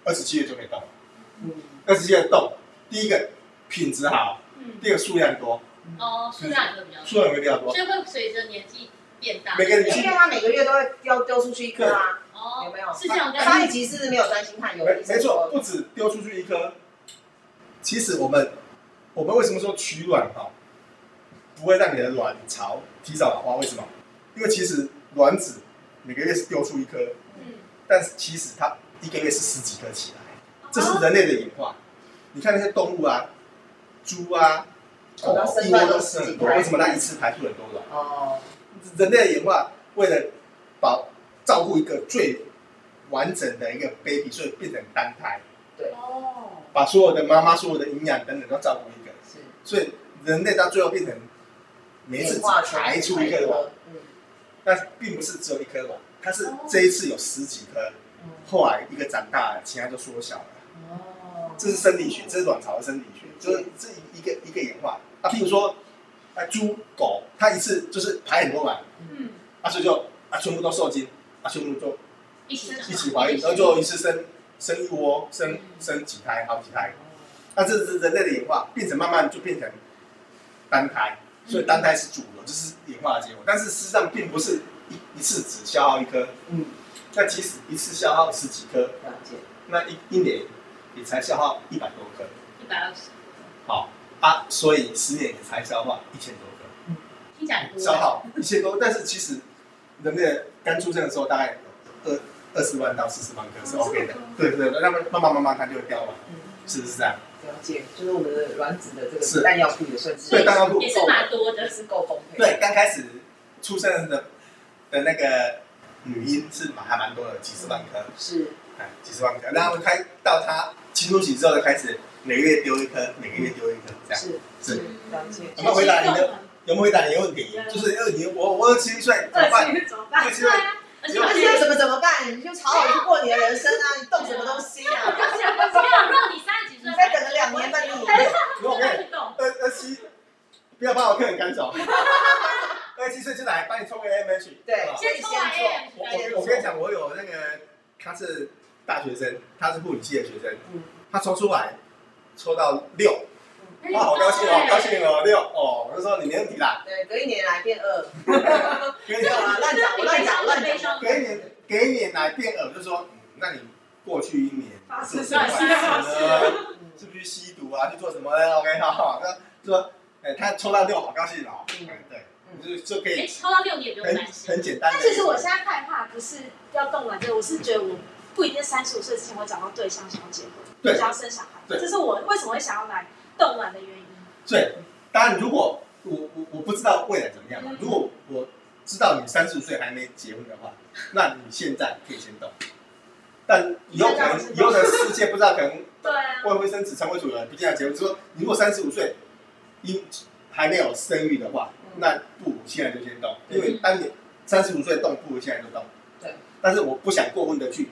Speaker 3: 二十七岁就可以动，
Speaker 1: 嗯，
Speaker 3: 二十七岁动，第一个品质好，
Speaker 4: 嗯，
Speaker 3: 第二个数量多，
Speaker 2: 哦，数量也会比较多，
Speaker 3: 数量会比较多
Speaker 2: 所。以会随着年纪变大。
Speaker 3: 每个人
Speaker 1: 因为他每个月都会丢丢出去一颗啊，有
Speaker 2: 哦，
Speaker 1: 没有？
Speaker 2: 是这样跟
Speaker 1: 上一集是没有专心看，有
Speaker 3: 没没错，，不止丢出去一颗。其实我们我们为什么说取卵哈、不会让你的卵巢提早老化？为什么？因为其实卵子每个月是丢出一颗，
Speaker 4: 嗯，
Speaker 3: 但是其实它一个月是十几颗起来，这
Speaker 4: 哦
Speaker 3: 是人类的演化。你看那些动物啊，猪啊，狗
Speaker 1: 它
Speaker 3: 啊，
Speaker 1: 哦生
Speaker 3: 一
Speaker 1: 出来
Speaker 3: 窝
Speaker 1: 都
Speaker 3: 都
Speaker 1: 十
Speaker 3: 生
Speaker 1: 几
Speaker 3: 很
Speaker 1: 颗
Speaker 3: 多，为什么它一次排出很多卵？
Speaker 1: 哦，
Speaker 3: 人类的演化为了保照顾一个最完整的一个 baby，所以变成单胎，
Speaker 4: 哦，
Speaker 3: 把所有的妈妈、所有的营养等等都照顾一个，
Speaker 1: 是
Speaker 3: 所以人类到最后变成每一次只排出一个卵，，
Speaker 1: 嗯
Speaker 3: 但并不是只有一颗卵，它是这一次有十几颗，后来一个长大了，其他就缩小了。
Speaker 1: 嗯，哦，
Speaker 3: 这是生理学，这是卵巢的生理学，就是这一个一个演化啊。譬如说，啊猪狗，它一次就是排很多卵，
Speaker 4: 嗯，
Speaker 3: 啊所以就啊全部都受精，啊全部都
Speaker 2: 一起长
Speaker 3: 一起怀孕，然后就一次生生一窝，生生几胎，好几胎。那这是人类的演化，变成慢慢就变成单胎，所以单胎是主流，这是演化的结果。但是事实上并不是一一次只消耗一颗，
Speaker 1: 嗯，
Speaker 3: 那即使一次消耗十几颗，
Speaker 1: 了解，
Speaker 3: 那一一年也才消耗一百多颗。
Speaker 2: 一百二十，
Speaker 3: 好啊，所以十年也才消化一千多个，
Speaker 2: 听起来很多。
Speaker 3: 消耗一千多，但是其实人类的肝出生的时候大概有二二十万到四十万颗是
Speaker 4: 哦
Speaker 3: OK 的
Speaker 4: 这么多，
Speaker 3: 对对对，那么慢慢慢慢它就会掉完，
Speaker 1: 嗯，
Speaker 3: 是不是这样？
Speaker 1: 了解，就是我们的卵子的这
Speaker 3: 是
Speaker 1: 个弹药库也算是
Speaker 3: 对，大家
Speaker 2: 也是蛮多的
Speaker 1: 也。是够丰沛。
Speaker 3: 对，刚开始出生的的那个女婴是蛮还蛮多的，几十万颗，
Speaker 1: 是
Speaker 3: 哎，几十万颗。然后开到她青春期之后就开始每个月丢一颗，每个月丢一颗，这样
Speaker 1: 是
Speaker 3: 是。
Speaker 1: 了解
Speaker 3: 我们回答你
Speaker 4: 的
Speaker 3: 的，有没有回答你的问题？就是二年，我我二十一岁怎么
Speaker 4: 二
Speaker 3: 办？
Speaker 4: 十一怎么办？
Speaker 3: 对啊
Speaker 2: 而且
Speaker 1: 那
Speaker 2: 我
Speaker 1: 现
Speaker 2: 觉
Speaker 1: 在
Speaker 2: 得
Speaker 1: 怎么怎么办？你就好好去过你的人生 啊！你动什么东西啊？
Speaker 2: 没有，如果你三十几岁
Speaker 1: 你再等个两年半年，
Speaker 3: 如果
Speaker 2: 运动，
Speaker 3: 二二十七，不要把我客人赶走。二十七岁进来帮你充个 M H，
Speaker 1: 对，所
Speaker 2: 先
Speaker 1: 以先
Speaker 2: 抽完
Speaker 1: 做。
Speaker 3: 我
Speaker 2: AM
Speaker 3: 啊我我跟你讲，我有那个他是大学生，他是护理系的学生，
Speaker 1: 嗯
Speaker 3: 他抽出来抽到六，
Speaker 2: 哎
Speaker 3: 哇，好高兴哦，好高兴哦，六哦，我就说你没问题啦，
Speaker 1: 对，隔一年来变二，
Speaker 3: 给
Speaker 1: 没
Speaker 3: 你
Speaker 1: 有啊，乱讲，我乱讲，乱讲。
Speaker 3: 给你给你奶变耳，就说、嗯那你过去一年
Speaker 4: 发生
Speaker 3: 是不是
Speaker 2: 什么
Speaker 3: 发生了
Speaker 1: 嗯
Speaker 3: 是不是吸毒啊？去做什么呢？OK，好好，那就说，哎、他抽到六，好高兴哦，
Speaker 1: 嗯
Speaker 3: 嗯，对，就就可
Speaker 2: 哎，
Speaker 3: 以
Speaker 2: 抽到六你也不用
Speaker 3: 很
Speaker 2: 担
Speaker 3: 很
Speaker 2: 心。
Speaker 3: 简单的。
Speaker 4: 但其实我现在害怕不是要动卵这个，我是觉得我不一定三十五岁之前会找到对象，想要结婚，
Speaker 3: 对
Speaker 4: 想要生小孩，
Speaker 3: 对
Speaker 4: 这是我为什么会想要来动卵的原因。
Speaker 3: 对，当然如果我我我不知道未来怎么样
Speaker 4: 嗯
Speaker 3: 嘛，如果我知道你三十岁还没结婚的话，那你现在可以先动，但以后可
Speaker 4: 现在我是
Speaker 3: 能以后的世界不知道可能
Speaker 4: 对啊，
Speaker 3: 未婚生子成为主人，不见得结婚。就是说，你如果三十五岁，因还没有生育的话，
Speaker 1: 嗯
Speaker 3: 那不如现在就先动，
Speaker 1: 嗯
Speaker 3: 因为当你三十五岁动，不如现在就动。
Speaker 1: 对。
Speaker 3: 但是我不想过分的去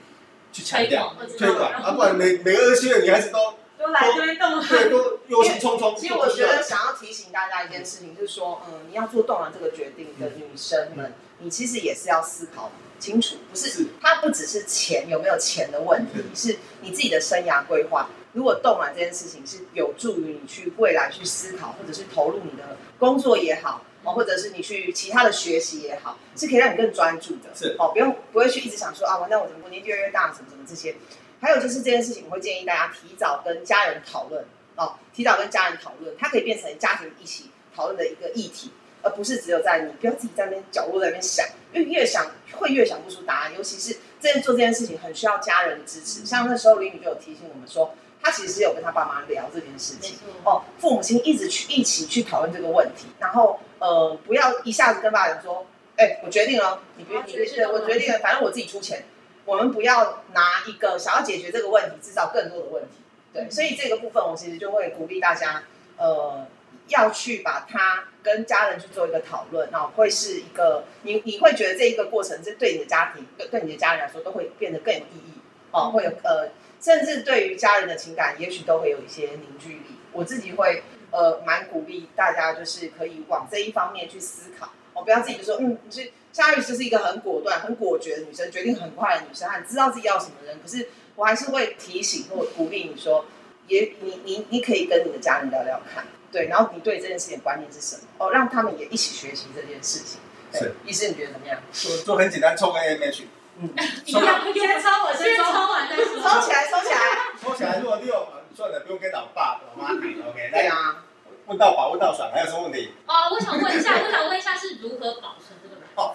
Speaker 3: 去强调
Speaker 2: 我知道
Speaker 3: 推广啊，不然每每个二十七岁的女孩子 都
Speaker 4: 都来这边动
Speaker 3: 对
Speaker 4: 卵，
Speaker 3: 都忧心忡忡。
Speaker 1: 其实我觉得想要提醒大家一件事情，就是说，嗯，你要做动了这个决定的女生们，你其实也是要思考清楚，不是
Speaker 3: 嗯是嗯
Speaker 1: 它不只是钱有没有钱的问题，是你自己的生涯规划。如果动了这件事情是有助于你去未来去思考，或者是投入你的工作也好，哦，或者是你去其他的学习也好，是可以让你更专注的。
Speaker 3: 是
Speaker 1: 哦，不用不会去一直想说啊，完蛋，我怎么我年纪越来越大，怎么怎么这些。还有就是这件事情，我会建议大家提早跟家人讨论哦，提早跟家人讨论，它可以变成家庭一起讨论的一个议题，而不是只有在你不要自己在那边角落在那边想，因为越想会越想不出答案，尤其是这件做这件事情很需要家人的支
Speaker 2: 嗯
Speaker 1: 持。像那时候林宇就有提醒我们说，他其实有跟他爸妈聊这件事
Speaker 2: 没
Speaker 1: 情。
Speaker 2: 错，
Speaker 1: 哦，父母亲一直去一起去讨论这个问题，然后呃，不要一下子跟爸爸讲说，哎、我决定了，你别
Speaker 2: 啊
Speaker 1: 你
Speaker 2: 决定
Speaker 1: 对
Speaker 2: 了
Speaker 1: 我决定了，反正我自己出钱。我们不要拿一个想要解决这个问题，制造更多的问题。
Speaker 2: 嗯
Speaker 1: 对，所以这个部分我其实就会鼓励大家，呃，要去把它跟家人去做一个讨论，然后会是一个你你会觉得这一个过程，这对你的家庭对对你的家人来说都会变得更有意义哦，会有呃，甚至对于家人的情感，也许都会有一些凝聚力。我自己会呃蛮鼓励大家，就是可以往这一方面去思考哦，不要自己就说嗯，就是夏雨就是一个很果断、很果决的女生，决定很快的女生，很知道自己要什么的人，可是我还是会提醒或鼓励你说，也你你你可以跟你的家人聊聊看，对，然后你对这件事情的观念是什么？哦，让他们也一起学习这件事情。对
Speaker 3: 是，
Speaker 1: 医师你觉得怎么样？
Speaker 3: 就就很简单，抽个 M H，
Speaker 1: 嗯，
Speaker 3: 抽
Speaker 2: 一样
Speaker 4: 先抽我
Speaker 2: 先
Speaker 4: 先抽
Speaker 2: 抽完再说。
Speaker 1: 收起来，收起 来。
Speaker 3: 抽起来如果六，算了，不用跟老爸老妈谈，OK，
Speaker 1: 对
Speaker 3: 那
Speaker 1: 啊，
Speaker 3: 问到饱问到爽，还有什么问题？
Speaker 2: 哦，我想问一下，我想问一下是如何保存这个卵？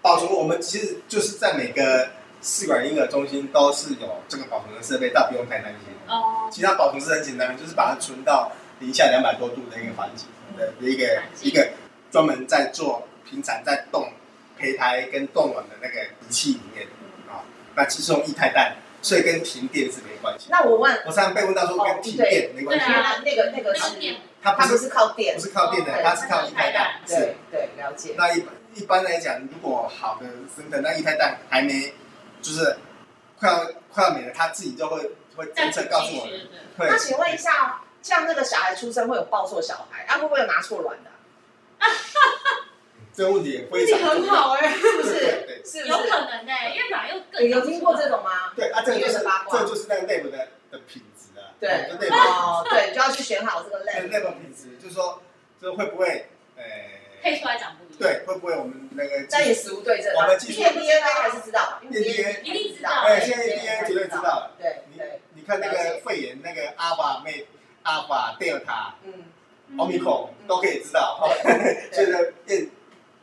Speaker 3: 保存我们其实就是在每个试管婴儿中心都是有这个保存的设备，倒不用太担心。
Speaker 2: 哦，
Speaker 3: 其他保存是很简单的，就是把它存到零下两百多度的一个环境的一个
Speaker 2: 环境
Speaker 3: 一个专门在做平常在动胚胎跟冻卵的那个仪器里面啊、那其实用液态氮，所以跟停电是没关系。
Speaker 1: 那我问，
Speaker 3: 我常常被问到说
Speaker 1: 哦
Speaker 3: 跟停电没关
Speaker 1: 对
Speaker 3: 系，
Speaker 1: 啊，那个那个
Speaker 2: 那
Speaker 1: 是
Speaker 2: 个，电
Speaker 3: 它
Speaker 1: 它
Speaker 3: 不
Speaker 1: 不
Speaker 3: 是
Speaker 1: 是靠电
Speaker 3: 不，是靠电的，它是靠液态氮。是
Speaker 1: 对对，了解。
Speaker 3: 那一般一般来讲，如果好的生的那液态氮还没，就是快要快要没了，它自己就会会
Speaker 2: 再
Speaker 3: 侦测告诉我们。会
Speaker 1: 那请问一下哦，像那个小孩出生会有抱错小孩，啊，会不会有拿错卵的啊？
Speaker 3: 这个问题非
Speaker 4: 你
Speaker 3: 常
Speaker 4: 很好哎，
Speaker 1: 是不
Speaker 3: 对
Speaker 1: 是
Speaker 3: 对？
Speaker 1: 是
Speaker 2: 有
Speaker 1: 不是？
Speaker 2: 可能呢，因为卵又更
Speaker 1: 你有听过这种吗？
Speaker 3: 对啊，这个就是
Speaker 1: 医院的八卦
Speaker 3: 这个就是那个 lab 的的品质啊，
Speaker 1: 对
Speaker 3: 就 lab
Speaker 1: 哦，对，就要去选好这个
Speaker 3: 那个
Speaker 1: lab，
Speaker 3: lab 品质，就是说，就是会不会
Speaker 2: 配
Speaker 3: 呃，
Speaker 2: 出来长不一样？，
Speaker 3: 对，会不会我们那个
Speaker 1: 但也食物对症
Speaker 3: 我
Speaker 1: 啊。
Speaker 3: 们技术
Speaker 1: DNA 还是知道吧，因为
Speaker 3: DNA
Speaker 2: 一定知道。
Speaker 3: 哎，现在 DNA 绝对知道了。
Speaker 1: 对
Speaker 3: 你
Speaker 1: 对，
Speaker 3: 你看那
Speaker 1: 了
Speaker 3: 个
Speaker 1: 解
Speaker 3: 肺炎那个阿法妹、阿法、德尔塔、
Speaker 1: 嗯，
Speaker 3: 哦奥密克戎都可以知道，哈。
Speaker 1: 对
Speaker 3: 所以呢，验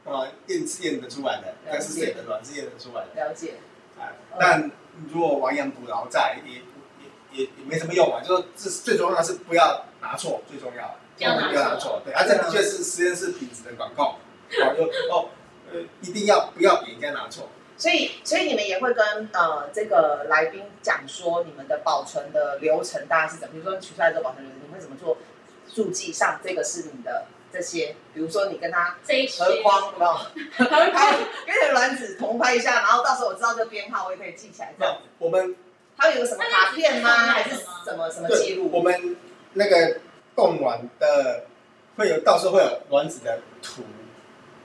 Speaker 3: 啊验定是验得出来的，但是谁的卵是验得出来的
Speaker 1: 了解，
Speaker 3: 啊？但如果亡羊补牢在，也也也也没什么用啊。就是这最重要的是不要拿错，最重要
Speaker 2: 不要拿错
Speaker 3: 不要拿错。对，啊，这的确是实验室品质的管控，啊，就哦，呃，一定要不要给人家拿错。
Speaker 1: 所以所以你们也会跟呃这个来宾讲说你们的保存的流程大概是怎么？比如说取出来之后保存流程，你会怎么做注记上这个是你的这些？比如说你跟他
Speaker 2: 这一期
Speaker 1: 合 框，有没有？合拍跟你的卵子同拍一下，然后到时候我知道这个编号，我也可以记起来。这样
Speaker 3: 那，我们
Speaker 1: 它有个什么卡片吗？
Speaker 2: 那
Speaker 1: 还
Speaker 2: 你
Speaker 1: 是
Speaker 2: 有吗
Speaker 1: 什么什么记
Speaker 3: 对，
Speaker 1: 录？
Speaker 3: 我们那个冻卵的会有，到时候会有卵子的图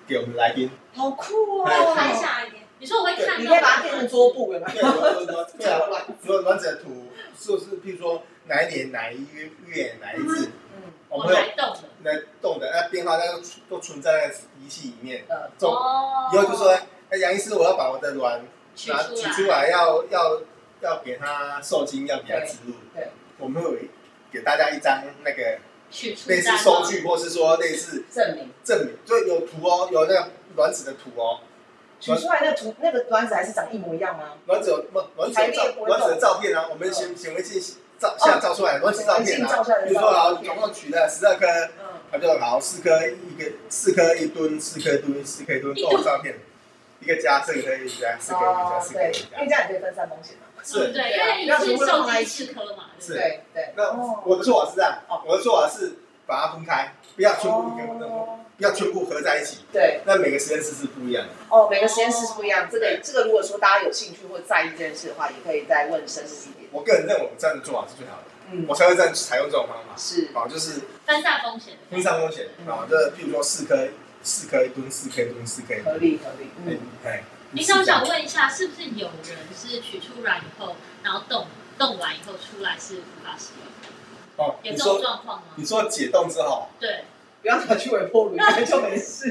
Speaker 3: 给我们来宾。
Speaker 1: 好酷
Speaker 3: 对
Speaker 4: 看一
Speaker 1: 哦！
Speaker 4: 下一点，
Speaker 2: 你说我会看到，
Speaker 1: 你可以把它变成桌布，有没
Speaker 3: 对，
Speaker 1: 有？
Speaker 3: 有有对啊，有卵子的图，就是譬如说哪一年哪一月月哪一次，
Speaker 1: 嗯
Speaker 3: 我
Speaker 2: 我
Speaker 3: 们会
Speaker 2: 来动了。
Speaker 3: 那冻的那编号，那个都存在那仪器里面。
Speaker 1: 呃，
Speaker 3: 总
Speaker 2: 哦，
Speaker 3: 以后就说，哎，杨医师，我要把我的卵
Speaker 2: 取
Speaker 3: 拿
Speaker 2: 出
Speaker 3: 取
Speaker 2: 来，
Speaker 3: 出来，要要要给他受精，要给他植入。
Speaker 1: 对对，
Speaker 3: 我们会有一给大家一张那个
Speaker 2: 取出
Speaker 3: 类似
Speaker 2: 单
Speaker 3: 收
Speaker 2: 吗，
Speaker 3: 据，或是说类似。
Speaker 1: 证明
Speaker 3: 证明，就有图哦，有那个卵子的图哦，
Speaker 1: 取出来那图那个卵子还是长一模一样吗？
Speaker 3: 卵子有不卵子有
Speaker 1: 排列
Speaker 3: 照
Speaker 1: 不会
Speaker 3: 卵子的照片啊，我们
Speaker 1: 嗯
Speaker 3: 显显微镜照下照出
Speaker 1: 哦
Speaker 3: 来卵子照片
Speaker 1: 镜
Speaker 3: 啊，
Speaker 1: 照下来
Speaker 3: 比
Speaker 1: 的
Speaker 3: 如说好，
Speaker 1: 照
Speaker 3: 总
Speaker 1: 片，
Speaker 3: 共取了十二颗，
Speaker 1: 嗯，
Speaker 3: 它就好四颗一个四颗一吨，四颗一吨，四颗一吨
Speaker 2: 一
Speaker 3: 都有照
Speaker 1: 嗯
Speaker 3: 片，一个加四个一个加四个一个加
Speaker 1: 哦，
Speaker 3: 四个
Speaker 1: 对
Speaker 3: 一个，
Speaker 1: 因为
Speaker 3: 加，
Speaker 1: 这样你可以分散风险嘛。
Speaker 2: 对
Speaker 3: 是。
Speaker 2: 对，因为你是受精四颗嘛，对不
Speaker 3: 啊是
Speaker 2: 对
Speaker 1: 对对，
Speaker 3: 那
Speaker 1: 哦
Speaker 3: 我的做法是这样
Speaker 1: 哦，
Speaker 3: 我的做法是把它分开，不要全部一个，
Speaker 1: 哦
Speaker 3: 不要全部合在一起。
Speaker 1: 对
Speaker 3: 那每个实验室是不一样的。
Speaker 1: 哦，每个实验室是不一样。这个
Speaker 3: 对
Speaker 1: 这个，如果说大家有兴趣或在意这件事的话，也可以再问深思一点。
Speaker 3: 我个人认为我这样的做法是最好的，
Speaker 1: 嗯，
Speaker 3: 我才会这样采用这种方法。
Speaker 1: 是
Speaker 3: 啊，就是
Speaker 2: 分散风险的
Speaker 3: 分散风险啊，这譬如说四颗四颗一吨，四颗一吨，四颗一
Speaker 1: 合
Speaker 3: 吨，
Speaker 1: 理合理。嗯，
Speaker 3: 哎，
Speaker 2: 医生，我想问一下，是不是有人是取出卵以后，然后冻冻完以后出来是无法使用？
Speaker 3: 哦，
Speaker 2: 有
Speaker 3: 你
Speaker 2: 这种
Speaker 3: 说
Speaker 2: 状况吗
Speaker 3: 你？说解冻之后，
Speaker 2: 对，
Speaker 1: 不要拿去微波 炉，那就没 事。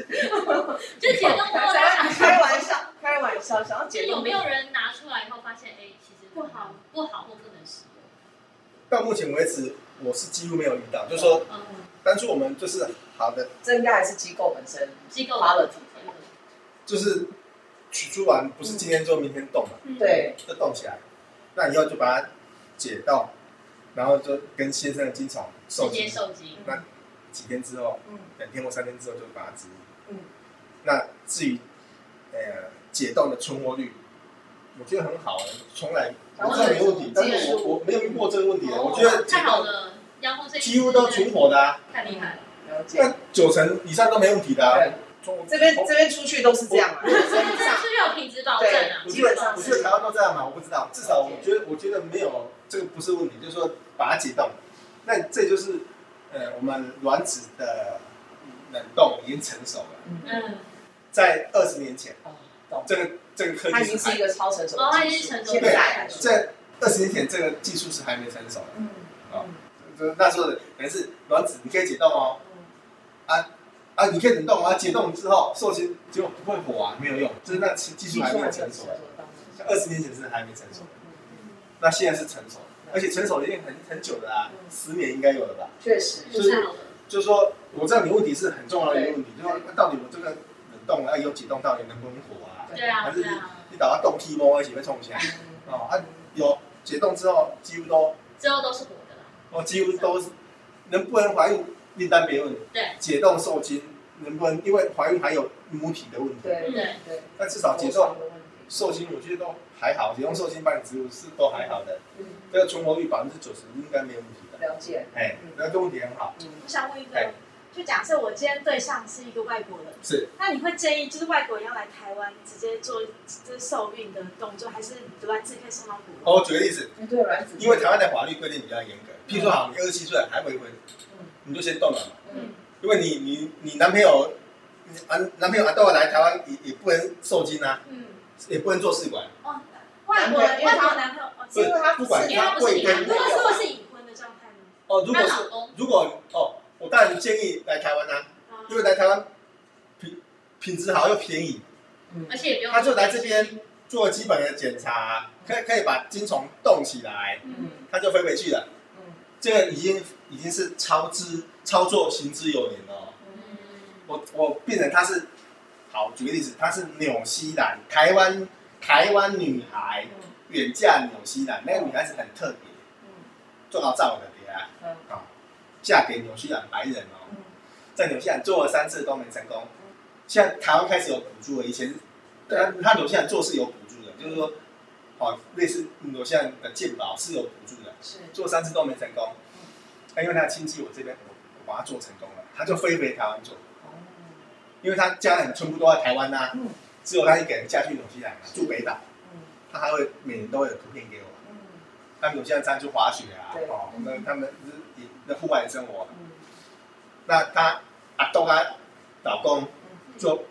Speaker 2: 就解冻过
Speaker 1: 大
Speaker 2: 后，
Speaker 1: 家
Speaker 2: 想
Speaker 1: 开玩笑，开玩笑，想要解
Speaker 2: 有
Speaker 1: 冻
Speaker 2: 没有人拿出来以后发现，哎，其实
Speaker 4: 不好，
Speaker 2: 不好或不能使用？
Speaker 3: 到目前为止我是几乎没有遇到，就说
Speaker 2: 嗯，
Speaker 3: 当初我们就是好的，
Speaker 1: 这应该还是机构本身
Speaker 2: 机构
Speaker 1: 发了题。
Speaker 3: 就是取出完不是今天做明天冻嘛，
Speaker 4: 嗯，
Speaker 1: 对，
Speaker 3: 就冻起来，那以后就把它解冻，然后就跟先生的精虫受
Speaker 2: 直接
Speaker 3: 精，
Speaker 2: 受精，
Speaker 3: 那几天之后，
Speaker 1: 嗯
Speaker 3: 两天或三天之后就把它植入。
Speaker 1: 嗯，
Speaker 3: 那至于呃解冻的存活率，我觉得很好、啊从来
Speaker 1: 然
Speaker 3: 我
Speaker 1: 后
Speaker 3: 知道没问题，但
Speaker 1: 技
Speaker 3: 是
Speaker 1: 术
Speaker 3: 我我没有遇过这个问题的。
Speaker 2: 哦
Speaker 3: 我觉得解
Speaker 2: 太好
Speaker 3: 冻
Speaker 2: 了，然后这一
Speaker 3: 几乎都存活的啊，
Speaker 2: 太厉害了。
Speaker 1: 了解。
Speaker 3: 那九成以上都没问题的、啊。
Speaker 1: 对，
Speaker 3: 中国
Speaker 1: 这边这边出去都是这样啊，
Speaker 2: 这
Speaker 1: 身上
Speaker 2: 是不是有品质保证啊？
Speaker 3: 我
Speaker 1: 基
Speaker 3: 觉
Speaker 1: 本
Speaker 3: 得
Speaker 1: 上
Speaker 3: 我
Speaker 1: 是
Speaker 3: 觉得台湾都这样嘛，我不知道，至少
Speaker 1: 了
Speaker 3: 我
Speaker 1: 解
Speaker 3: 觉得我觉得没有这个不是问题，就是说把它解冻，那这就是呃我们卵子的冷冻已经成熟了，
Speaker 1: 嗯，
Speaker 2: 嗯，
Speaker 3: 在二十年前，
Speaker 1: 哦，懂。
Speaker 3: 这个这个科
Speaker 1: 它
Speaker 3: 技
Speaker 1: 已经
Speaker 3: 是
Speaker 1: 是
Speaker 3: 还
Speaker 1: 一个超成熟
Speaker 2: 哦它
Speaker 1: 的
Speaker 2: 已经
Speaker 1: 技术
Speaker 2: 成，熟
Speaker 1: 现
Speaker 3: 了
Speaker 1: 在
Speaker 3: 在二十年前这个技术是还没成熟的。
Speaker 1: 嗯
Speaker 3: 就是那时候的可能是卵子，你可以解冻哦，啊，你可以冷冻啊，解冻之后受精结果不会火啊，没有用，就是那技技
Speaker 1: 技术
Speaker 3: 术
Speaker 1: 还没
Speaker 3: 还没
Speaker 1: 有
Speaker 3: 有
Speaker 1: 成
Speaker 3: 成
Speaker 1: 熟
Speaker 3: 熟，
Speaker 1: 当然
Speaker 3: 二十年前是还没成熟，那现在是成熟，而且成熟已经很很久了啊，十年应该有了吧？
Speaker 1: 确实，
Speaker 2: 太好了。
Speaker 3: 就是说，我知道你问题是很重要的一个问题，就是说那到底我这个冷冻啊，有解冻到底能不能火啊？
Speaker 2: 对啊，对啊。
Speaker 3: 你打到冻 T 摸一起会冲起来哦，啊，有解冻之后几乎都
Speaker 2: 之后都是活的啦。
Speaker 3: 哦，几乎都是能不能怀孕另当别论。
Speaker 2: 对
Speaker 3: 解冻受精能不能，因为怀孕还有母体的问题，
Speaker 1: 对
Speaker 2: 对
Speaker 1: 对，
Speaker 3: 但至少解冻
Speaker 1: 的问题，
Speaker 3: 受精我觉得都还好，解冻受精帮你植入是都还好的，
Speaker 1: 嗯，
Speaker 3: 这个存活率百分之九十应该没有问题的。
Speaker 1: 了解，
Speaker 3: 哎，那这问题很好，
Speaker 1: 嗯，
Speaker 4: 我想问一个
Speaker 3: 哎，
Speaker 4: 就假设我今天对象是一个外国人，
Speaker 3: 是
Speaker 4: 那你会建议就是外国人要来台湾直接做就是受孕的动作，还是卵子可以送到国外？
Speaker 3: 哦，我举个例子，
Speaker 1: 对卵子，
Speaker 3: 因为台湾的法律规定比较严格，
Speaker 2: 嗯
Speaker 3: 譬如说好，你二十七岁还未婚
Speaker 1: 嗯，
Speaker 3: 你就先冻了嘛，
Speaker 1: 嗯，
Speaker 3: 因为你你你男朋友。你啊，男朋友啊，到来台湾也也不能受精啊，
Speaker 4: 嗯，
Speaker 3: 也不能做试管，
Speaker 4: 哦，外国人
Speaker 1: 因为
Speaker 4: 外
Speaker 1: 他
Speaker 4: 国男朋友哦，
Speaker 1: 是因为他不是
Speaker 2: 因为他不是你
Speaker 4: 如
Speaker 2: 男朋
Speaker 4: 果如
Speaker 2: 友，
Speaker 4: 果是已婚的状态呢？
Speaker 3: 哦。如
Speaker 2: 她
Speaker 3: 果是
Speaker 2: 老公
Speaker 3: 如果哦，我当然建议来台湾啊，
Speaker 4: 啊
Speaker 3: 因为来台湾品品质好又便宜，
Speaker 1: 嗯
Speaker 2: 而且也不用，
Speaker 3: 他就来这边做基本的检查，可以可以把精虫冻起来，
Speaker 4: 嗯，
Speaker 3: 他就飞回去了。
Speaker 1: 嗯
Speaker 3: 这个已经已经是操之操作行之有年了哦。
Speaker 2: 嗯，
Speaker 3: 我我病人他是好，举个例子，她是纽西兰台湾台湾女孩，远嫁纽西兰，那个女孩子很特别，做到照我的别啊，
Speaker 1: 嗯
Speaker 3: 啊，嫁给纽西兰白人哦，在纽西兰做了三次都没成功
Speaker 1: 嗯。
Speaker 3: 现在台湾开始有补助了，以前对啊，他纽西兰做是有补助的，就是说，哦，类似纽西兰的健保是有补助的，
Speaker 1: 是
Speaker 3: 做三次都没成功。那因为他的亲戚，我这边我我把他做成功了，他就飞回台湾做，
Speaker 1: 哦，
Speaker 3: 因为他家人全部都在台湾呐、
Speaker 1: 嗯
Speaker 3: 只有他一个人嫁去纽西兰住北岛，
Speaker 1: 嗯
Speaker 3: 他还会每年都会有图片给我。
Speaker 1: 嗯
Speaker 3: 他们有些人常去滑雪啊
Speaker 1: 对，
Speaker 3: 哦，那他们就是那户外的生活。啊
Speaker 1: 嗯
Speaker 3: 那他阿东他老公就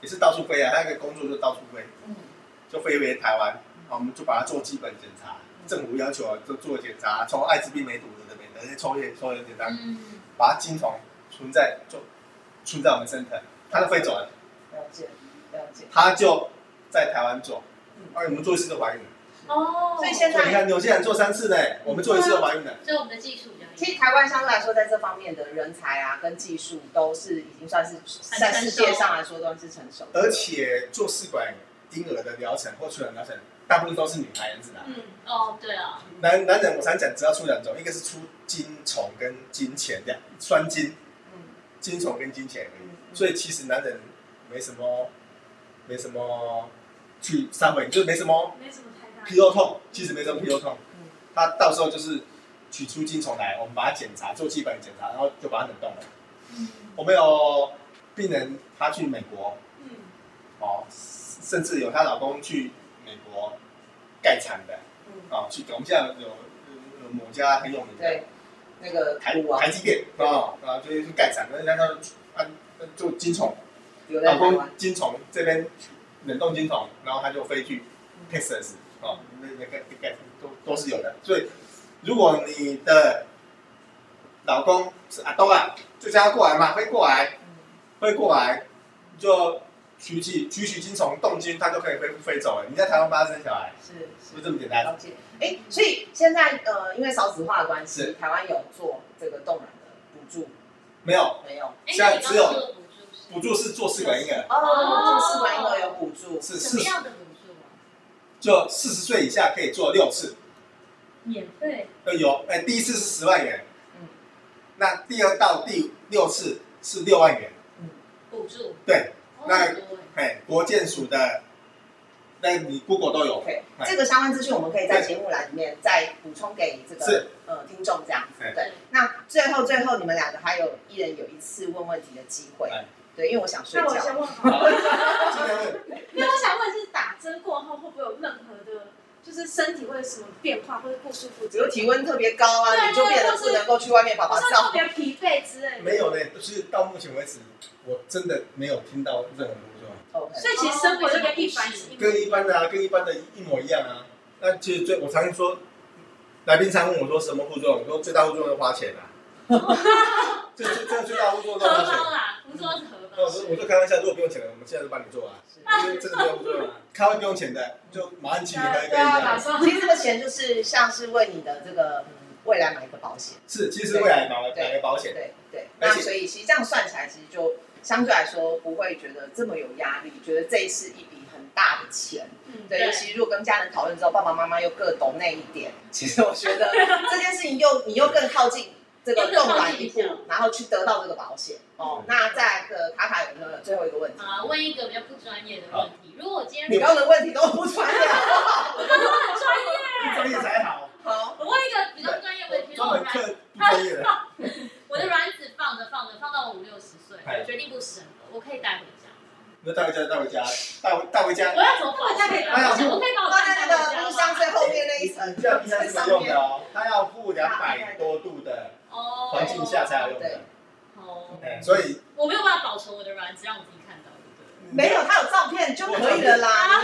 Speaker 3: 也是到处飞啊，他那个工作就到处飞，
Speaker 1: 嗯
Speaker 3: 就飞回台湾，啊，我们就把他做基本检查，政府要求啊，就做检查，抽艾滋病、梅毒的没的，抽血、抽血检查，
Speaker 2: 嗯，
Speaker 3: 把它精虫存在就存在我们身体，他就飞走了，
Speaker 1: 了解了解，
Speaker 3: 他就在台湾做哎
Speaker 1: 嗯，
Speaker 3: 而我们做一次就怀孕了，
Speaker 2: 哦，
Speaker 1: 所以现
Speaker 3: 所以你
Speaker 1: 在
Speaker 3: 看有些人做三次呢，我们做一次就怀孕了。
Speaker 2: 所以我们的技术比较
Speaker 1: 其
Speaker 2: 厉
Speaker 1: 实台湾相对来说，在这方面的人才啊跟技术都是已经算是在世界上来说都是成熟的，
Speaker 3: 而且做试管婴儿的疗程或出卵疗程，大部分都是女孩子的、
Speaker 4: 嗯，
Speaker 2: 害哦，对啊，
Speaker 3: 男男人我常讲，只要出两种，一个是出精虫跟金钱两双金，
Speaker 1: 嗯
Speaker 3: 金虫跟金钱而
Speaker 1: 嗯
Speaker 3: 已。所以其实男人没什么，没什么去三围，就是没什么
Speaker 4: 没什么太大
Speaker 3: 皮。肉痛，其实没什么皮肉痛
Speaker 1: 嗯。
Speaker 3: 他到时候就是取出精虫来，我们把它检查，做基本检查，然后就把它冷冻了。
Speaker 2: 嗯，
Speaker 3: 我们有病人他去美国，
Speaker 4: 嗯，
Speaker 3: 哦，甚至有她老公去美国盖厂的
Speaker 1: 嗯，
Speaker 3: 哦，去我们现在有有有某家很有名的
Speaker 1: 对，那个
Speaker 3: 台
Speaker 1: 股啊
Speaker 3: 台积电哦，啊，就是去盖厂，那那那啊做金虫，
Speaker 1: 留在
Speaker 3: 老
Speaker 1: 台
Speaker 3: 公
Speaker 1: 湾，
Speaker 3: 金虫这边冷冻金虫，然后他就飞去 Texas 哦，那那个那个都都是有的，所以如果你的老公是阿东啊，就叫他过来嘛，飞过
Speaker 1: 嗯
Speaker 3: 来，飞过来就取取取取精虫冻精，它就可以飞飞走了。你在台湾帮他生小孩，
Speaker 1: 是
Speaker 3: 是
Speaker 1: 是
Speaker 3: 不是这么简单？
Speaker 1: 了解。哎，所以现在呃，因为少子化的关系，
Speaker 3: 是
Speaker 1: 台湾有做这个冻卵的补助
Speaker 3: 没有，
Speaker 1: 没有？
Speaker 2: 哎，
Speaker 3: 现
Speaker 2: 那
Speaker 3: 在
Speaker 2: 你刚
Speaker 3: 只有
Speaker 2: 刚说的补助是
Speaker 3: 补助是做试管婴儿，
Speaker 1: 哦，做试管婴儿有补助，
Speaker 3: 是
Speaker 2: 什
Speaker 3: 四
Speaker 2: 么
Speaker 3: 十
Speaker 2: 样的补助啊？
Speaker 3: 就四十岁以下可以做六次，
Speaker 2: 免费，
Speaker 3: 呃有，哎、第一次是十万元，
Speaker 1: 嗯
Speaker 3: 那第二到第六次是六万元，
Speaker 2: 补助，
Speaker 3: 对，
Speaker 2: 哦
Speaker 3: 那
Speaker 2: 很多哎
Speaker 3: 哎、国健署的，那你 Google 都有，
Speaker 1: OK，
Speaker 3: 哎
Speaker 1: 这个相关资讯我们可以在节目栏里面再补充给这个
Speaker 3: 是
Speaker 1: 呃听众这样子。
Speaker 3: 哎
Speaker 1: 对，那最后最后你们两个还有一人有一次问问题的机会
Speaker 3: 哎，
Speaker 1: 对，因为我想睡
Speaker 4: 那我
Speaker 1: 觉。
Speaker 4: 先问好了，
Speaker 3: 尽量问
Speaker 4: 因为我想问是打针过后会不会有任何的，就是身体会有什么变化或者不舒服
Speaker 1: 比
Speaker 4: 之
Speaker 1: 如
Speaker 4: 类的？
Speaker 1: 体温特别高啊，
Speaker 4: 对
Speaker 1: 你就变得不能够去外面跑
Speaker 4: 好
Speaker 1: 跑
Speaker 4: 像特
Speaker 1: 照。
Speaker 4: 别疲惫之类的。
Speaker 3: 没有呢，就是到目前为止，我真的没有听到任何故障。
Speaker 1: OK，
Speaker 4: 所以其实生活就跟一般是一模
Speaker 3: 跟
Speaker 4: 一
Speaker 3: 一般的啊，跟一般的一模一样啊。那其实最我常说，来宾常问我说什么副作用，我说最大副作用是花钱 啊。这这这最大副作用是花
Speaker 2: 荷
Speaker 3: 钱。
Speaker 2: 包啦，不说是荷
Speaker 3: 那
Speaker 2: 包
Speaker 3: 我，说我就开玩笑，如果不用钱的，我们现在就帮你 做啊，
Speaker 1: 是
Speaker 3: 因为真的没有副作用啊。咖啡不用钱的，就马上请你喝一杯这
Speaker 4: 对啊，马
Speaker 3: 样。
Speaker 4: 上
Speaker 1: 其实这个钱就是像是为你的这个嗯未来买一个保险。
Speaker 3: 是，其实未来买买个保险，
Speaker 1: 对对，
Speaker 3: 而
Speaker 1: 那
Speaker 3: 且
Speaker 1: 所以其实这样算起来，其实就相对来说不会觉得这么有压力，觉得这一次一笔很大的钱。
Speaker 4: 嗯，
Speaker 1: 对，
Speaker 2: 对
Speaker 1: 尤其如果跟家人讨论之后，爸爸妈妈又各懂那一点， 其实我觉得这件事情又你又更靠近这个
Speaker 2: 又更
Speaker 1: 动
Speaker 2: 靠
Speaker 1: 完
Speaker 2: 近
Speaker 1: 一
Speaker 2: 一
Speaker 1: 步
Speaker 2: 下，
Speaker 1: 然后去得到这个保险哦。那再来个卡卡有没有最后一个问题？
Speaker 2: 啊，问一个比较不专业的问题，如果我今天
Speaker 1: 你刚刚的问题都不专业， 好不好？
Speaker 2: 专业，
Speaker 3: 专业才好，
Speaker 1: 好，
Speaker 2: 我问一个比较不专业的问题，如
Speaker 3: 专
Speaker 2: 果
Speaker 3: 门
Speaker 2: 软
Speaker 3: 课不专业的。
Speaker 2: 我的卵子放着放着，放到我五六十岁，
Speaker 3: 哎
Speaker 2: 我决定不生了，我可以带回家。
Speaker 3: 那带回家，带回家，带回带回家
Speaker 2: 我，要怎么放家？
Speaker 4: 哎
Speaker 3: 呀
Speaker 2: 我想我可以把我
Speaker 1: 放
Speaker 2: 蛋
Speaker 1: 在
Speaker 2: 带
Speaker 1: 那
Speaker 2: 回
Speaker 1: 个
Speaker 2: 家
Speaker 1: 冰箱
Speaker 2: 吗？
Speaker 1: 最后面那一层，
Speaker 3: 这样冰箱是没用的 哦，它要负两百多度的
Speaker 2: 哦，
Speaker 3: 环境下才有用的。
Speaker 2: 哦，
Speaker 3: 哎所以
Speaker 2: 我没有办法保存我的卵子，让我自己看到，对不对？
Speaker 1: 没有，它有照片就可以了 啦。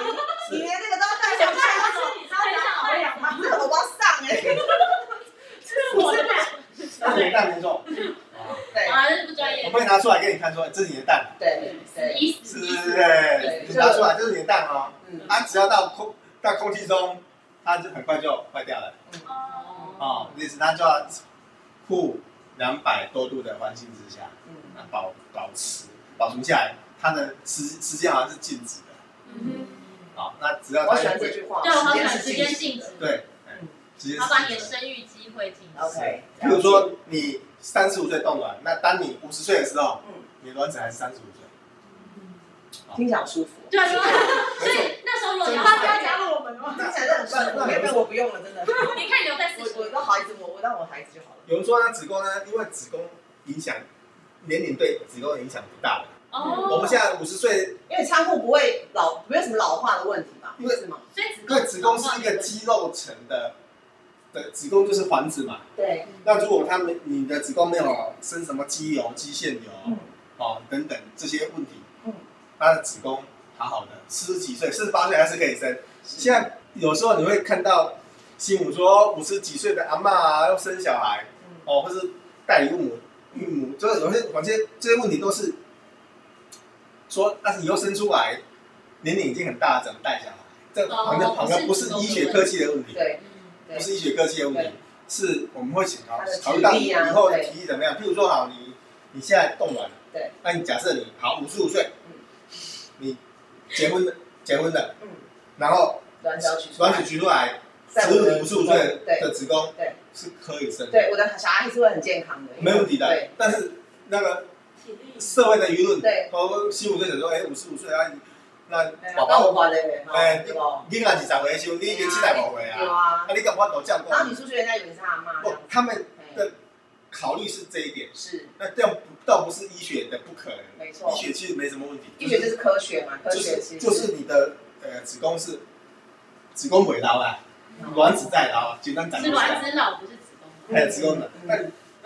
Speaker 1: 你你连那个都要带上去，
Speaker 4: 是你知道讲会养吗？
Speaker 1: 这个我包上哎。
Speaker 2: 这是我的蛋，
Speaker 3: 那你的蛋没错，
Speaker 1: 对
Speaker 2: 啊，这是不专业
Speaker 3: 我。会拿出来给你看，说这是你的蛋，
Speaker 1: 对对，
Speaker 2: 意
Speaker 3: 是
Speaker 2: 思
Speaker 3: 不
Speaker 2: 意
Speaker 3: 是？
Speaker 2: 思，
Speaker 3: 对你拿出来，这是你的蛋哦。
Speaker 1: 嗯
Speaker 3: 它只要到空到空气中，它就很快就坏掉了
Speaker 4: 哦，
Speaker 3: 哦。意思它就要负两百多度的环境之下，
Speaker 1: 嗯，
Speaker 3: 那保保持保存下来，它的时时间好像是静止的。
Speaker 4: 嗯
Speaker 3: 好，那只要
Speaker 1: 我
Speaker 3: 它
Speaker 1: 喜欢这
Speaker 3: 会
Speaker 1: 句话，
Speaker 2: 对，我好喜欢
Speaker 1: 时
Speaker 2: 时
Speaker 1: 间
Speaker 2: 间
Speaker 1: 是静
Speaker 2: 静
Speaker 1: 止
Speaker 2: 止
Speaker 1: 的。，
Speaker 3: 对，哎
Speaker 1: 嗯
Speaker 3: 时间
Speaker 2: 好把你的
Speaker 3: 是
Speaker 2: 生育机会停止。
Speaker 1: OK，
Speaker 3: 比如说你三十五岁冻卵，那当你五十岁的时候，
Speaker 1: 嗯
Speaker 3: 你的卵子还是三十五岁。
Speaker 1: 听起来好舒服，
Speaker 2: 对啊，对啊所
Speaker 3: 没错
Speaker 2: 以那时候如果
Speaker 4: 嗯，
Speaker 2: 你要
Speaker 4: 他不要
Speaker 2: 怀
Speaker 4: 加入我们 哦。
Speaker 1: 听起来都很舒服。那那我不用了，真的。
Speaker 2: 孕，你可以留在四
Speaker 1: 我
Speaker 2: 十
Speaker 1: 我都好一直我我让我孩子就好了。
Speaker 3: 有人说呢，子宫呢，因为子宫影响年龄对子宫的影响不大的。
Speaker 2: 哦。
Speaker 3: 我们现在五十岁，
Speaker 1: 因为仓库不会老，没有什么老化的问题吧？
Speaker 3: 因为
Speaker 1: 是吗？
Speaker 2: 所以子
Speaker 3: 因为子宫是一个肌肉层的，的子宫就是环子嘛。
Speaker 1: 对，
Speaker 3: 那如果他们你的子宫没有生什么肌瘤、肌腺瘤、
Speaker 1: 嗯
Speaker 3: 哦等等这些问题，
Speaker 1: 嗯，
Speaker 3: 他的子宫好好的，四十几岁、四十八岁还是可以生。现在有时候你会看到新闻说五十几岁的阿嬷啊要生小孩，
Speaker 1: 嗯，
Speaker 3: 哦，或是代理孕母、孕母，就是有些有些这些问题都是说，但是以后生出来年龄已经很大了，怎么带小孩？这
Speaker 2: 哦
Speaker 3: 好像好像不
Speaker 2: 不
Speaker 3: 是
Speaker 2: 是
Speaker 3: 医学科技的问题，
Speaker 1: 对
Speaker 3: 不
Speaker 1: 对，
Speaker 3: 是医学科技的问题
Speaker 1: 对，
Speaker 3: 是我们会想考
Speaker 1: 他的
Speaker 3: 考虑到
Speaker 1: 体
Speaker 3: 你
Speaker 1: 力
Speaker 3: 以
Speaker 1: 啊
Speaker 3: 后的
Speaker 1: 对
Speaker 3: 体力怎么样。譬如说，好，你你现在冻卵，
Speaker 1: 对，
Speaker 3: 那你假设你好五十五岁
Speaker 1: 嗯，
Speaker 3: 你结婚了，结婚了，
Speaker 1: 嗯，
Speaker 3: 然后
Speaker 1: 卵子要取出
Speaker 3: 卵子
Speaker 1: 来，
Speaker 3: 取出来，
Speaker 1: 在
Speaker 3: 植
Speaker 1: 我
Speaker 3: 入
Speaker 1: 的
Speaker 3: 五十五岁
Speaker 1: 对
Speaker 3: 的子宫
Speaker 1: 对
Speaker 3: 是可以生的。
Speaker 1: 对，我的小孩还是会很健康的，因为
Speaker 3: 没问题的
Speaker 1: 对。
Speaker 3: 但是那个
Speaker 4: 体力
Speaker 3: 社会的舆论，
Speaker 1: 对
Speaker 3: 都新闻就想说，哎，五十五岁啊，你那
Speaker 1: 对啊
Speaker 3: 宝
Speaker 1: 那我
Speaker 3: 宝，
Speaker 1: 花的人
Speaker 3: 哎
Speaker 1: 哦，对不？
Speaker 3: 你那几十岁的时候，你已经七十五岁
Speaker 1: 有
Speaker 3: 啊，
Speaker 1: 啊
Speaker 3: 啊，，你敢法度照顾
Speaker 1: 然？后你出去，人家以为你是他阿妈，这
Speaker 3: 不
Speaker 1: 样，
Speaker 3: 他们
Speaker 1: 子，
Speaker 3: 对考虑是这一点
Speaker 1: 哎，是
Speaker 3: 那这样不倒不是医学的不可能，
Speaker 1: 没错
Speaker 3: 医，学其实没什么问题，
Speaker 1: 医学就是科学嘛，科
Speaker 3: 就
Speaker 1: 学
Speaker 3: 是
Speaker 1: 其实嗯
Speaker 3: 就是你的呃子宫是子宫尾捞啦，卵子在捞，简单讲
Speaker 2: 是
Speaker 3: 就是
Speaker 2: 卵子老，不是子宫老。
Speaker 3: 还有子宫的，
Speaker 1: 嗯
Speaker 3: 那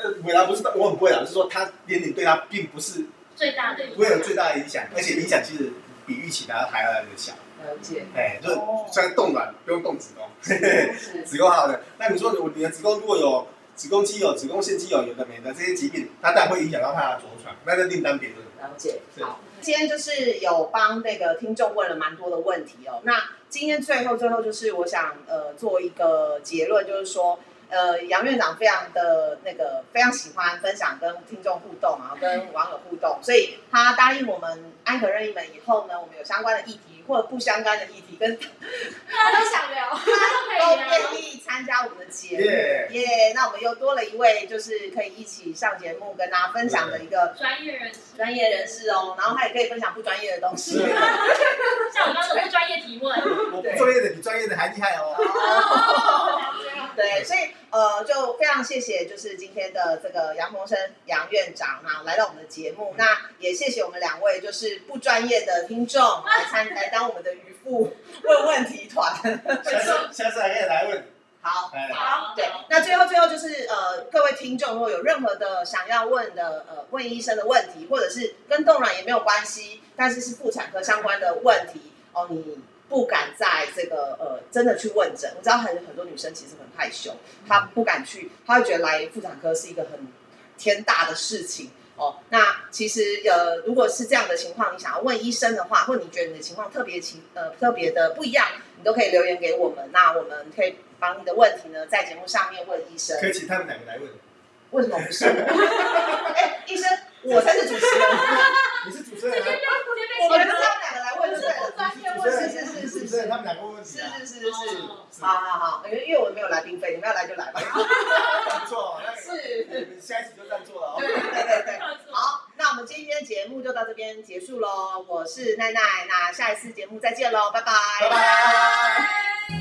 Speaker 3: 那尾捞不是我很不会啊啦，就是说它年龄对它并不是
Speaker 2: 最大的
Speaker 3: 不会有最大的影响，而且影响其实比预期的还要来的小。
Speaker 1: 了解，
Speaker 3: 哎，就是
Speaker 1: 哦
Speaker 3: 虽然冻卵不用冻子宫，
Speaker 1: 是
Speaker 3: 子宫好的。那你说我你的子宫如果有子宫肌瘤、子宫腺肌瘤有的没的这些疾病，它当然会影响到它的着床，那就另当别论。
Speaker 1: 了解。
Speaker 3: 是
Speaker 1: 好，今天就是有帮那个听众问了蛮多的问题哦。那今天最后最后就是我想呃做一个结论，就是说。呃，杨院长非常的那个，非常喜欢分享跟听众互动啊，跟网友互动，所以呃他答应我们安可任意门以后呢，我们有相关的议题或者不相干的议题，跟
Speaker 4: 大家都想聊，
Speaker 2: 哎
Speaker 1: 都
Speaker 4: 都可以聊。
Speaker 1: 愿意参加我们的节目。
Speaker 3: 耶，
Speaker 1: 耶那我们又多了一位，就是可以一起上节目跟大家分享的一个
Speaker 2: 专业人士，
Speaker 1: 专业人士哦，然后他也可以分享不专业的东西
Speaker 3: 是。啊
Speaker 2: 像我刚刚的不专业提问，
Speaker 3: 我不专业的比专业的还厉害哦。
Speaker 1: 对，所以呃，就非常谢谢，就是今天的这个杨洪生杨院长啊，来到我们的节目。那也谢谢我们两位，就是不专业的听众来参来当我们的渔夫问问题团。
Speaker 3: 下次下次还可以来问。
Speaker 1: 好，
Speaker 3: 哎，
Speaker 4: 好
Speaker 1: 对，那最后最后就是呃，各位听众如果有任何的想要问的呃问医生的问题，或者是跟冻卵也没有关系，但是是妇产科相关的问题哦，你不敢在这个呃真的去问诊。我知道很很多女生其实很害羞，她不敢去，她会觉得来妇产科是一个很天大的事情。哦，那其实呃，如果是这样的情况，你想要问医生的话，或你觉得你的情况特别情呃特别的不一样，你都可以留言给我们，那我们可以帮你的问题呢，在节目上面问医生。
Speaker 3: 可以请他们两个来问。
Speaker 1: 为什么不是我？ 哎、医生，我才是主持人，
Speaker 3: 你是主持人啊，
Speaker 1: 我们是他们两个来问就对了。
Speaker 4: 专业
Speaker 3: 主
Speaker 4: 问
Speaker 3: 持人
Speaker 4: 题，
Speaker 1: 是是是是
Speaker 3: 主持人他们两个问问题
Speaker 1: 是
Speaker 3: 啊，
Speaker 1: 是是是 是，
Speaker 2: 哦
Speaker 1: 好好好，因为因为我们没有来宾费，你们要来就来吧。
Speaker 3: 不错哦。那
Speaker 1: 是，
Speaker 3: 个
Speaker 1: 对
Speaker 3: 你们下一期就这样做了哦。
Speaker 1: 对对对。
Speaker 2: 叫做
Speaker 1: 好，那我们今天节目就到这边结束喽。我是奈奈，那下一次节目再见喽，拜拜
Speaker 3: 拜拜。
Speaker 2: 嗨